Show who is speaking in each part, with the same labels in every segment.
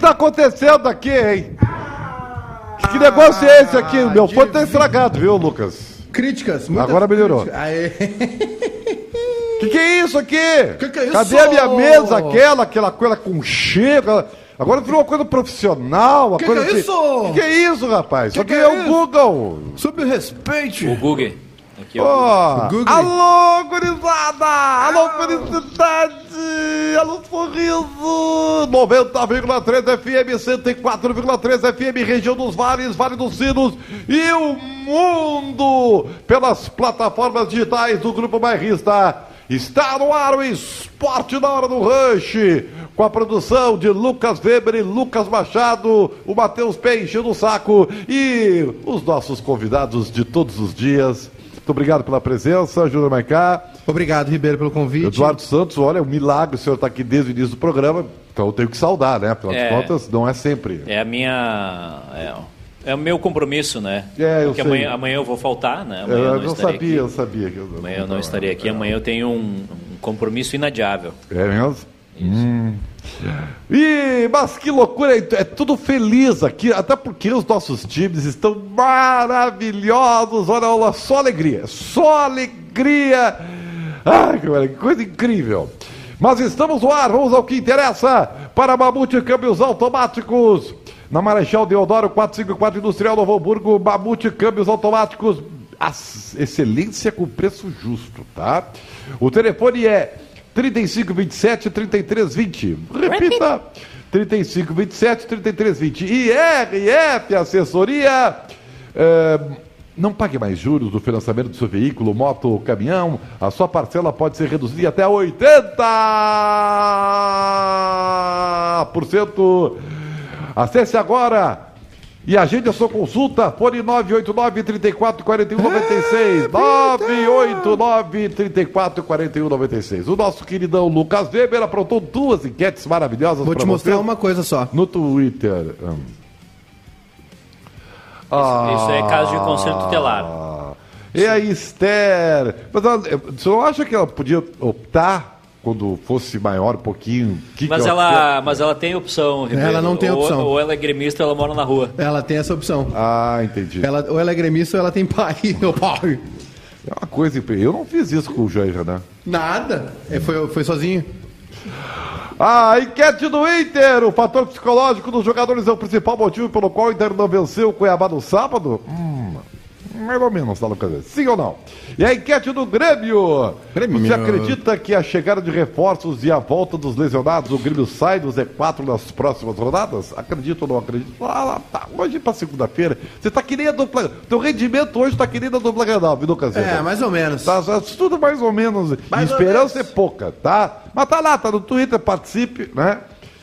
Speaker 1: tá acontecendo aqui, hein? Que negócio é esse
Speaker 2: Ah,
Speaker 1: aqui? O meu fone tá estragado, viu, Lucas?
Speaker 2: Críticas. muitas
Speaker 1: Agora melhorou.
Speaker 2: críticas. Aê.
Speaker 1: Que que é isso aqui?
Speaker 2: Que que é isso?
Speaker 1: Cadê a minha mesa, aquela, aquela coisa com cheiro? Agora virou uma coisa profissional, uma
Speaker 2: Que
Speaker 1: coisa
Speaker 2: que é
Speaker 1: de-
Speaker 2: isso?
Speaker 1: Que que é isso, rapaz?
Speaker 2: Que
Speaker 1: Isso aqui
Speaker 2: que é
Speaker 1: é o
Speaker 2: isso?
Speaker 1: Google.
Speaker 2: Sobre o respeito.
Speaker 3: O Google. Aqui,
Speaker 1: Ó,
Speaker 3: ó.
Speaker 2: Google.
Speaker 1: alô, gurizada! Alô, felicidade! Alô, sorriso! 90,3 FM, 104,3 FM, região dos vales, Vale dos Sinos e o mundo pelas plataformas digitais do Grupo Bairrista. Está no ar o Esporte na Hora do Rush, com a produção de Lucas Weber e Lucas Machado, o Matheus Peixe no saco e os nossos convidados de todos os dias. Muito obrigado pela presença, Júnior Maicá.
Speaker 2: Obrigado, Ribeiro, pelo convite.
Speaker 1: Eduardo Santos, olha, é um milagre o senhor estar aqui desde o início do programa, então eu tenho que saudar, né? Afinal
Speaker 3: É.
Speaker 1: de contas, não é sempre.
Speaker 3: É a minha. É, é o meu compromisso, né?
Speaker 1: É, eu
Speaker 3: Porque
Speaker 1: sei.
Speaker 3: amanhã, amanhã eu vou faltar, né? Amanhã
Speaker 1: eu
Speaker 3: eu
Speaker 1: não, sabia,
Speaker 3: estarei
Speaker 1: Ah.
Speaker 3: aqui.
Speaker 1: eu sabia. que eu-
Speaker 3: Amanhã eu não estarei aqui, amanhã eu tenho um, um compromisso inadiável.
Speaker 1: É mesmo? Hum. Ih, mas que loucura! É é tudo feliz aqui, até porque os nossos times estão maravilhosos. Olha, olha só alegria, só alegria. Ai, que maravilha, que coisa incrível. Mas estamos no ar, vamos ao que interessa para Mamute Câmbios Automáticos. Na Marechal Deodoro 454 Industrial Novo Hamburgo, Mamute Câmbios Automáticos. As- Excelência com preço justo, tá? O telefone é 3527 3320. Repita. 3527 3320. IRF Assessoria. eh, não pague mais juros do financiamento do seu veículo, moto ou caminhão. A sua parcela pode ser reduzida em até 80%. Acesse agora e agende a sua consulta, fone 989 34 41 96 989 34 41 96 O nosso queridão Lucas Weber aprontou duas enquetes maravilhosas
Speaker 2: Vou
Speaker 1: para
Speaker 2: te
Speaker 1: você
Speaker 2: mostrar uma coisa só.
Speaker 1: no Twitter. Hum. Ah,
Speaker 3: Isso é caso de conselho tutelar.
Speaker 1: E a Esther? Mas ela, você não acha que ela podia optar quando fosse maior um pouquinho? O que
Speaker 3: Mas
Speaker 1: que
Speaker 3: ela, mas ela tem opção, Ribeiro.
Speaker 2: Ela não tem
Speaker 3: Ou-
Speaker 2: opção.
Speaker 3: Ou, ela é gremista ou ela mora na rua.
Speaker 2: Ela tem essa opção.
Speaker 1: Ah, entendi.
Speaker 2: Ela, ou ela é gremista ou ela tem pai. Meu pai.
Speaker 1: É uma coisa. impre- Eu não fiz isso com o Jair, né?
Speaker 2: Nada. É, foi, foi sozinho.
Speaker 1: A enquete do Inter, o fator psicológico dos jogadores é o principal motivo pelo qual o Inter não venceu o Cuiabá no sábado? Hum, mais ou menos, tá, Lucas? Sim ou não? E a enquete do Grêmio.
Speaker 2: Grêmio.
Speaker 1: Você acredita que a chegada de reforços e a volta dos lesionados, o Grêmio sai do Z4 nas próximas rodadas? Acredito ou não acredito? Ah, lá, tá. Hoje pra segunda-feira, você tá querendo a dupla... Teu rendimento hoje tá querendo a dupla Grenal, viu, Lucas?
Speaker 2: É, mais ou menos.
Speaker 1: Tá, tá tudo mais ou menos.
Speaker 2: Mais ou
Speaker 1: Esperança é
Speaker 2: menos.
Speaker 1: pouca, tá? Mas tá lá, tá no Twitter, participe, né?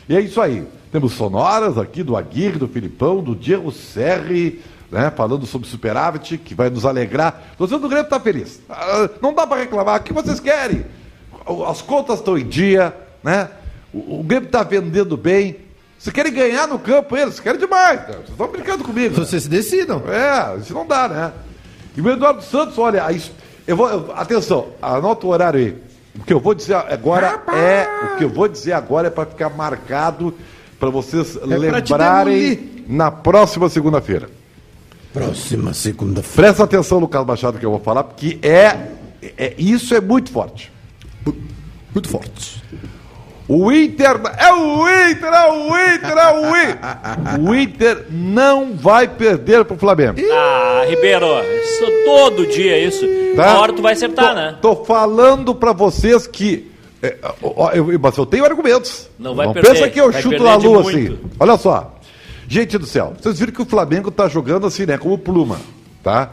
Speaker 1: E é isso aí. Temos sonoras aqui do Aguirre, do Filipão, do Diego Serri, né? Falando sobre superávit, que vai nos alegrar. Torcedor do Grêmio tá feliz. Ah, Não dá pra reclamar. O que vocês querem? O- As contas estão em dia, né? O o Grêmio tá vendendo bem. Vocês querem ganhar no campo, eles querem demais. cara. Vocês estão brincando comigo. né?
Speaker 2: Então, Vocês se decidam.
Speaker 1: É, isso não dá, né? E o Eduardo Santos, olha, a es- eu vou, eu- atenção, anota o horário aí. O que eu vou dizer agora é. O que eu vou dizer agora é para ficar marcado, para vocês
Speaker 2: É pra te
Speaker 1: lembrarem na próxima segunda-feira.
Speaker 2: Próxima segunda-feira.
Speaker 1: Presta atenção no Carlos Machado que eu vou falar, porque é, é- isso é muito forte.
Speaker 2: Muito forte.
Speaker 1: O Inter. É o Inter, é o Inter, é o Inter! O Inter não vai perder pro Flamengo.
Speaker 3: Ah, Ribeiro, isso todo dia é isso.
Speaker 1: Tá?
Speaker 3: Uma hora tu vai acertar,
Speaker 1: tô,
Speaker 3: né?
Speaker 1: Tô falando pra vocês que. é, ó, ó, eu, mas eu tenho argumentos.
Speaker 3: Não vai perder,
Speaker 1: pensa que eu
Speaker 3: vai
Speaker 1: chuto
Speaker 3: perder
Speaker 1: na
Speaker 3: de
Speaker 1: lua
Speaker 3: muito.
Speaker 1: assim. Olha só. Gente do céu, vocês viram que o Flamengo tá jogando assim, né? Como pluma, tá?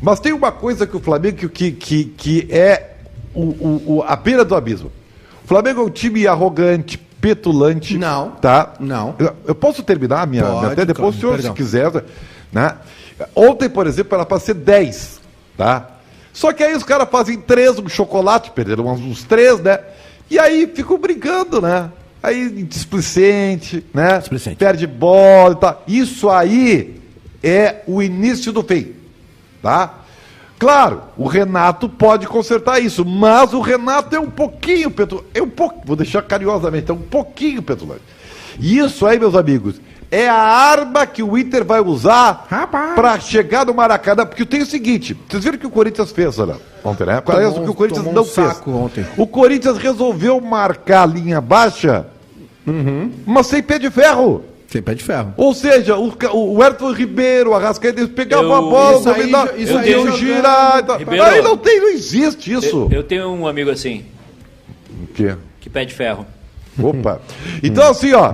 Speaker 1: Mas tem uma coisa que o Flamengo que, que, que é o, o- o- a beira do abismo. O Flamengo é um time arrogante, petulante.
Speaker 2: Não.
Speaker 1: Tá?
Speaker 2: Não.
Speaker 1: Eu, eu posso terminar a minha.
Speaker 2: Pode,
Speaker 1: até depois,
Speaker 2: claro,
Speaker 1: se o senhor,
Speaker 2: perdão.
Speaker 1: se quiser. Né? Ontem, por exemplo, era para ser 10, tá? Só que aí os caras fazem 3 um chocolate, perderam uns, uns 3, né? E aí ficam brincando, né? Aí displicente, né?
Speaker 2: Displicente.
Speaker 1: Perde bola e tal. Isso aí é o início do fim, tá? Claro, o Renato pode consertar isso, mas o Renato é um pouquinho petulante. É um pouco, vou deixar carinhosamente, é um pouquinho petulante. E isso aí, meus amigos, é a arma que o Inter vai usar
Speaker 2: Rapaz.
Speaker 1: para chegar no Maracanã. Porque tem o seguinte: vocês viram o que o Corinthians fez, olha, ontem, né? Aliás, o que o Corinthians
Speaker 2: tomou
Speaker 1: não
Speaker 2: um saco
Speaker 1: fez.
Speaker 2: ontem.
Speaker 1: O Corinthians resolveu marcar a linha baixa,
Speaker 2: Uhum.
Speaker 1: mas sem pé de ferro.
Speaker 2: Sem pé de ferro.
Speaker 1: Ou seja, o, Ca- o Everton Ribeiro, a Rascaeta, eles pegavam
Speaker 3: Eu-
Speaker 1: a bola,
Speaker 2: isso aí
Speaker 1: dominavam,
Speaker 2: jo- isso
Speaker 3: aí
Speaker 1: iam
Speaker 3: jogando.
Speaker 1: girar. e tal.
Speaker 3: Ribeiro-
Speaker 1: Aí não tem, não existe isso.
Speaker 3: Eu, eu tenho um amigo assim,
Speaker 1: O quê?
Speaker 3: que pede ferro.
Speaker 1: Opa. Então, assim, ó,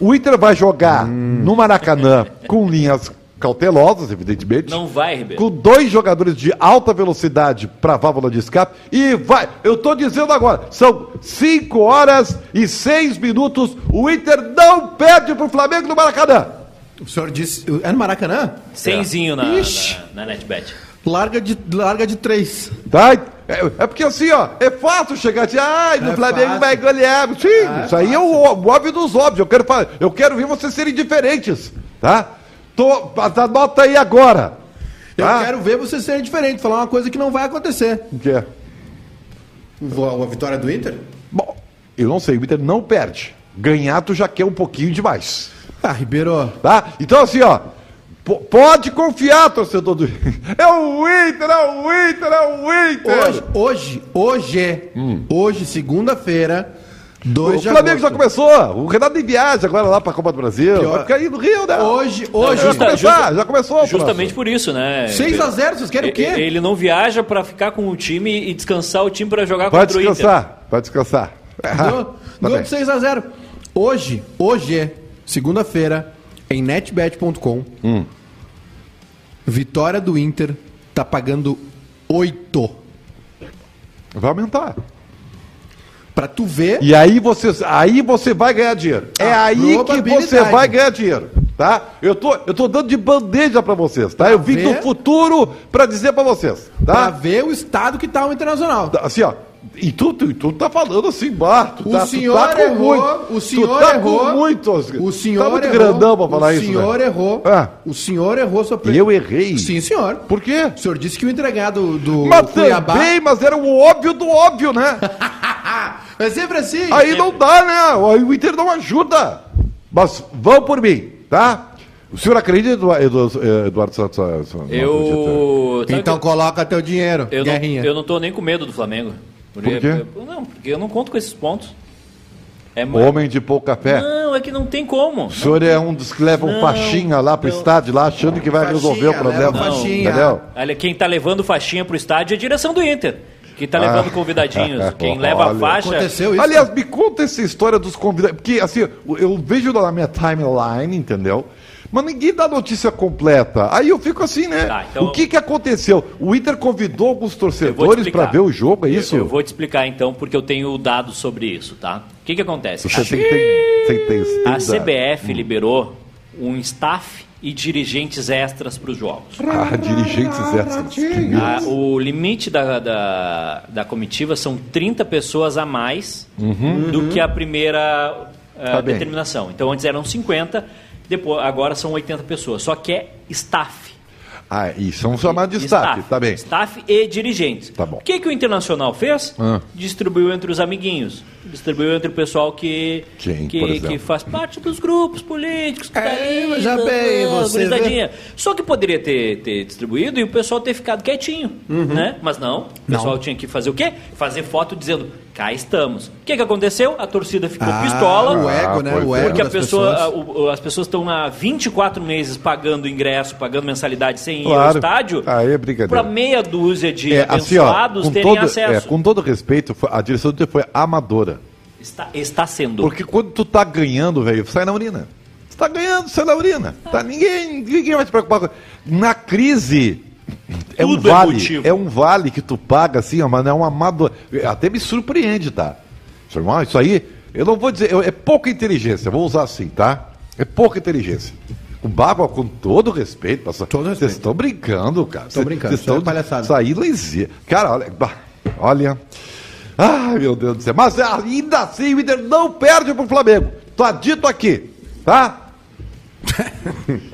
Speaker 1: o Inter vai jogar no Maracanã com linhas cautelosas, evidentemente.
Speaker 3: Não vai, Ribeiro.
Speaker 1: Com dois jogadores de alta velocidade para válvula de escape e vai. Eu tô dizendo agora, são 5 horas e 6 minutos. O Inter não perde pro Flamengo no Maracanã.
Speaker 2: O senhor disse. É no Maracanã?
Speaker 3: Cenzinho na, na,
Speaker 2: Ixi.
Speaker 3: na NetBet.
Speaker 2: Larga de, larga de três.
Speaker 1: Tá? É, é porque assim, ó, é fácil chegar assim, ai, no
Speaker 2: É
Speaker 1: Flamengo
Speaker 2: fácil.
Speaker 1: vai golear. Sim, isso aí é o, ó- o óbvio dos óbvios. Eu quero, falar, eu quero ver vocês serem diferentes, tá? Tô, anota aí agora.
Speaker 2: Eu
Speaker 1: tá?
Speaker 2: quero ver você ser diferente, falar uma coisa que não vai acontecer.
Speaker 1: O que é?
Speaker 2: a vitória do Inter?
Speaker 1: Bom, eu não sei, o Inter não perde. Ganhar tu já quer um pouquinho demais,
Speaker 2: Ah, Ribeiro.
Speaker 1: tá? Então assim, ó, po- pode confiar, torcedor do É o Inter, é o Inter, é o Inter!
Speaker 2: Hoje, hoje, hoje, é. hoje, segunda-feira, dois
Speaker 1: Hum. o Flamengo já começou, o Renato tem viagem agora lá pra Copa do Brasil,
Speaker 2: Pior.
Speaker 1: vai ficar aí no Rio, né?
Speaker 2: Hoje,
Speaker 1: Não,
Speaker 2: hoje.
Speaker 1: já começou,
Speaker 3: justa-
Speaker 1: já começou. o
Speaker 3: Justamente
Speaker 1: próximo.
Speaker 3: por isso, né?
Speaker 2: 6x0, vocês querem o
Speaker 3: E- e-
Speaker 2: quê?
Speaker 3: Ele não viaja pra ficar com o time e descansar o time pra jogar
Speaker 1: Pode
Speaker 3: contra o Inter.
Speaker 1: descansar, pode descansar.
Speaker 2: Ganhou
Speaker 1: Tá
Speaker 2: ganhou
Speaker 1: bem.
Speaker 2: de 6x0. Hoje, hoje, é segunda-feira, em netbet.com,
Speaker 1: Hum.
Speaker 2: vitória do Inter tá pagando 8.
Speaker 1: Vai aumentar.
Speaker 2: Pra tu ver,
Speaker 1: E aí você, aí você vai ganhar dinheiro. É
Speaker 2: A
Speaker 1: aí que você
Speaker 2: probabilidade.
Speaker 1: vai ganhar dinheiro, tá? Eu tô, eu tô dando de bandeja pra vocês, tá? Eu vim
Speaker 2: Pra ver.
Speaker 1: do futuro pra dizer pra vocês,
Speaker 2: pra
Speaker 1: tá?
Speaker 2: ver o estado que tá o Internacional.
Speaker 1: Tá, Assim, ó. E tu, tu, tu tá falando assim, Barto.
Speaker 2: O
Speaker 1: tá, tu
Speaker 2: senhor
Speaker 1: tá com
Speaker 2: errou,
Speaker 1: muito,
Speaker 2: o senhor
Speaker 1: tu tá
Speaker 2: errou.
Speaker 1: Com muito, Oscar.
Speaker 2: O senhor
Speaker 1: tá muito
Speaker 2: errou,
Speaker 1: grandão pra falar
Speaker 2: o
Speaker 1: isso, né?
Speaker 2: senhor errou.
Speaker 1: Ah.
Speaker 2: O senhor errou sua pre-
Speaker 1: Eu errei?
Speaker 2: Sim, senhor.
Speaker 1: Por quê?
Speaker 2: O senhor disse que o entregar do, do
Speaker 1: Mas
Speaker 2: Cuiabá.
Speaker 1: também, mas era o óbvio do óbvio, né?
Speaker 2: É sempre assim.
Speaker 1: Aí não dá, né? Aí o Inter não ajuda. Mas vão por mim, tá? O senhor acredita, Edu- Edu- eh, Eduardo Santos? eh, senhor não acredita?
Speaker 3: Eu. sabe
Speaker 2: Então coloca teu dinheiro,
Speaker 3: Eu não,
Speaker 2: guerrinha.
Speaker 3: eu não tô nem com medo do Flamengo.
Speaker 1: Por quê?
Speaker 3: eu- não, porque eu não conto com esses pontos. É mu-
Speaker 1: Homem de pouca fé.
Speaker 3: Não, é que não tem como.
Speaker 1: O senhor é um dos que levam
Speaker 3: Não,
Speaker 1: faixinha lá pro
Speaker 3: não.
Speaker 1: estádio, lá achando que vai
Speaker 2: Faixinha,
Speaker 1: resolver o problema.
Speaker 2: leva faixinha.
Speaker 1: Entendeu?
Speaker 3: Olha, quem tá levando faixinha pro estádio é a direção do Inter. Que tá levando convidadinhos. Quem leva a
Speaker 1: Ah. Olha.
Speaker 3: faixa.
Speaker 2: Aconteceu isso.
Speaker 1: Aliás, me conta essa história dos convidados. Porque, assim, eu- eu vejo na minha timeline, entendeu? Mas ninguém dá notícia completa. Aí eu fico assim, né?
Speaker 3: Tá, então-
Speaker 1: O que, que aconteceu? O Inter convidou alguns
Speaker 3: vou te
Speaker 1: torcedores
Speaker 3: explicar.
Speaker 1: pra ver o jogo, é isso?
Speaker 3: Eu, eu vou te explicar então, porque eu tenho dados sobre isso, tá? O que que acontece?
Speaker 1: Você tem, tem, tem, tem, tem
Speaker 3: A
Speaker 1: dados.
Speaker 3: CBF liberou um staff e dirigentes extras para os jogos.
Speaker 1: Ah, dirigentes extras. Que medo.
Speaker 3: A- o limite da, da, da comitiva são 30 pessoas a mais do que a primeira eh,
Speaker 1: Uhum. Tá bem.
Speaker 3: determinação. Então antes eram 50, depois, agora são 80 pessoas. Só que é staff.
Speaker 1: Ah, isso vamos chamar de staff, tá bem.
Speaker 3: Staff e dirigentes.
Speaker 1: Tá bom.
Speaker 3: O que, que o Internacional fez?
Speaker 1: Ah.
Speaker 3: Distribuiu entre os amiguinhos. Distribuiu entre o pessoal que,
Speaker 1: Quem, por
Speaker 3: que,
Speaker 1: exemplo?
Speaker 3: que faz parte dos grupos políticos. Que tá
Speaker 2: É,
Speaker 3: aí,
Speaker 2: já
Speaker 3: tá,
Speaker 2: bem,
Speaker 3: tá,
Speaker 2: você
Speaker 3: gurizadinha. Só que poderia ter, ter distribuído e o pessoal ter ficado quietinho,
Speaker 1: Uhum.
Speaker 3: né? Mas não. O pessoal tinha que fazer o quê? Fazer foto dizendo, cá estamos. O que, que aconteceu? A torcida ficou
Speaker 2: Ah,
Speaker 3: pistola.
Speaker 2: O ego, né?
Speaker 1: Ah, pois
Speaker 2: O
Speaker 1: é. Porque
Speaker 2: ego
Speaker 3: Porque a
Speaker 2: das
Speaker 3: pessoa,
Speaker 2: pessoas.
Speaker 3: a- o- o- as pessoas estão há 24 meses pagando ingresso, pagando mensalidade sem ir ao
Speaker 1: Claro.
Speaker 3: estádio.
Speaker 1: Aí é brincadeira.
Speaker 3: Para meia dúzia de
Speaker 1: É, assim, ó,
Speaker 3: abençoados
Speaker 1: com
Speaker 3: terem
Speaker 1: todo, é,
Speaker 3: acesso.
Speaker 1: com todo respeito, foi- a direção do Inter foi amadora.
Speaker 3: Está, está sendo.
Speaker 1: Porque quando tu tá ganhando, velho, sai na urina. Tu tá ganhando, sai na urina. Tá, ninguém, ninguém vai te preocupar com Na crise. É um,
Speaker 3: Tudo é
Speaker 1: vale,
Speaker 3: motivo.
Speaker 1: é um vale que tu paga assim, ó, mas é uma amador. Até me surpreende, tá? Isso aí, Isso aí, eu não vou dizer, eu- é pouca inteligência, vou usar assim, tá? É pouca inteligência. O Baba, com todo respeito, pastor,
Speaker 2: Todo
Speaker 1: vocês
Speaker 2: respeito.
Speaker 1: estão brincando, cara.
Speaker 2: Tô brincando,
Speaker 1: Vocês
Speaker 2: isso é
Speaker 1: estão
Speaker 2: palhaçada.
Speaker 1: Isso aí, lesia. Cara, olha. bah, Olha. Ai, meu Deus do céu. Mas ainda assim, o Inter não perde pro Flamengo. Tá dito aqui, tá?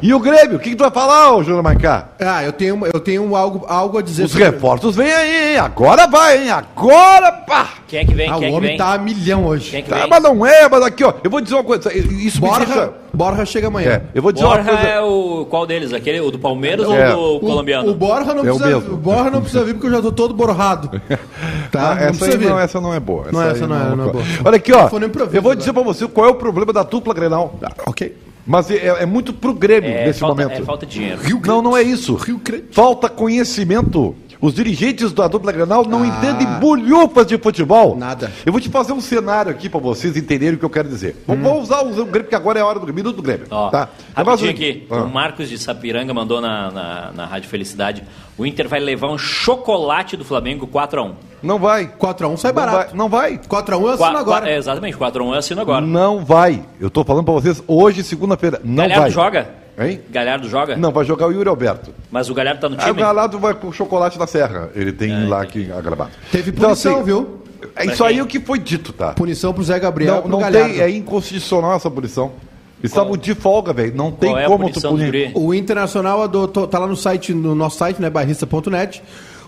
Speaker 1: E o Grêmio, o que, que tu vai falar, ô Júnior Maicá?
Speaker 2: Ah, eu tenho, eu tenho algo, algo a dizer.
Speaker 1: Os reforços vêm aí, hein? Agora vai, hein? Agora, pá!
Speaker 3: Quem é que vem?
Speaker 2: Ah,
Speaker 3: Quem é
Speaker 2: o
Speaker 3: que
Speaker 2: homem
Speaker 3: vem?
Speaker 2: tá a milhão hoje.
Speaker 3: Quem é que
Speaker 1: Ah,
Speaker 3: vem?
Speaker 1: mas não é, mas aqui, ó, eu vou dizer uma coisa. Isso me
Speaker 2: Borja,
Speaker 1: deixa...
Speaker 2: Borja chega
Speaker 1: É,
Speaker 2: amanhã.
Speaker 1: eu vou dizer uma
Speaker 3: Borja
Speaker 1: coisa.
Speaker 3: é o. Qual deles? Aquele? O do Palmeiras
Speaker 1: né? É.
Speaker 3: ou do colombiano?
Speaker 2: O Borja não,
Speaker 1: É o
Speaker 2: precisa,
Speaker 1: mesmo.
Speaker 2: o Borja não precisa vir porque eu já tô todo borrado. Tá?
Speaker 1: Ah,
Speaker 2: não
Speaker 1: essa,
Speaker 2: precisa
Speaker 1: aí
Speaker 2: vir.
Speaker 1: não, essa não é boa.
Speaker 2: Não, essa
Speaker 1: aí
Speaker 2: não é- não é boa.
Speaker 1: Olha aqui, ó.
Speaker 2: Foi no improviso
Speaker 1: Eu vou
Speaker 2: agora.
Speaker 1: dizer pra você qual é o problema da dupla Grenal.
Speaker 2: Ok.
Speaker 1: Mas é, é muito pro Grêmio
Speaker 3: É,
Speaker 1: nesse
Speaker 3: falta,
Speaker 1: momento.
Speaker 3: é falta de dinheiro.
Speaker 2: Rio
Speaker 1: Não, não é isso.
Speaker 2: Rio Grande.
Speaker 1: Falta conhecimento. Os dirigentes da dupla Grenal não
Speaker 2: Ah.
Speaker 1: entendem bolhufas de futebol.
Speaker 2: Nada.
Speaker 1: Eu vou te fazer um cenário aqui pra vocês entenderem o que eu quero dizer. Vou-
Speaker 2: Hum.
Speaker 1: Vou usar o o Grêmio, porque agora é a hora do minuto do Grêmio.
Speaker 3: Ó,
Speaker 1: Tá? É mais um-
Speaker 3: Rapidinho aqui,
Speaker 1: Ah.
Speaker 3: o Marcos de Sapiranga mandou na, na, na Rádio Felicidade. O Inter vai levar um chocolate do Flamengo 4x1.
Speaker 1: Não vai.
Speaker 2: 4x1 sai
Speaker 1: Não vai.
Speaker 2: é barato.
Speaker 1: Não vai.
Speaker 2: 4x1 eu assino agora.
Speaker 3: É, exatamente, 4x1 eu assino agora.
Speaker 1: Não vai. Eu tô falando pra vocês hoje, segunda-feira. Não
Speaker 3: Galhardo
Speaker 1: vai.
Speaker 3: joga?
Speaker 1: Hein?
Speaker 3: Galhardo joga?
Speaker 1: Não, vai jogar o Yuri Alberto.
Speaker 3: Mas o Galhardo tá no
Speaker 1: Aí o
Speaker 3: time? É,
Speaker 1: Galhardo vai com chocolate na serra. Ele tem lá que agravado.
Speaker 2: Teve punição, viu?
Speaker 1: É isso aí o que foi dito, tá?
Speaker 2: Punição pro Zé Gabriel.
Speaker 1: Não,
Speaker 2: pro
Speaker 1: não
Speaker 2: Galhardo.
Speaker 1: tem, é inconstitucional essa punição. Estavam de folga, velho. Não tem
Speaker 3: Qual é a
Speaker 1: como tu
Speaker 3: punição do
Speaker 1: punir.
Speaker 3: guri?
Speaker 2: O Internacional adotou, tá lá no site, no nosso site, né, barrista.net.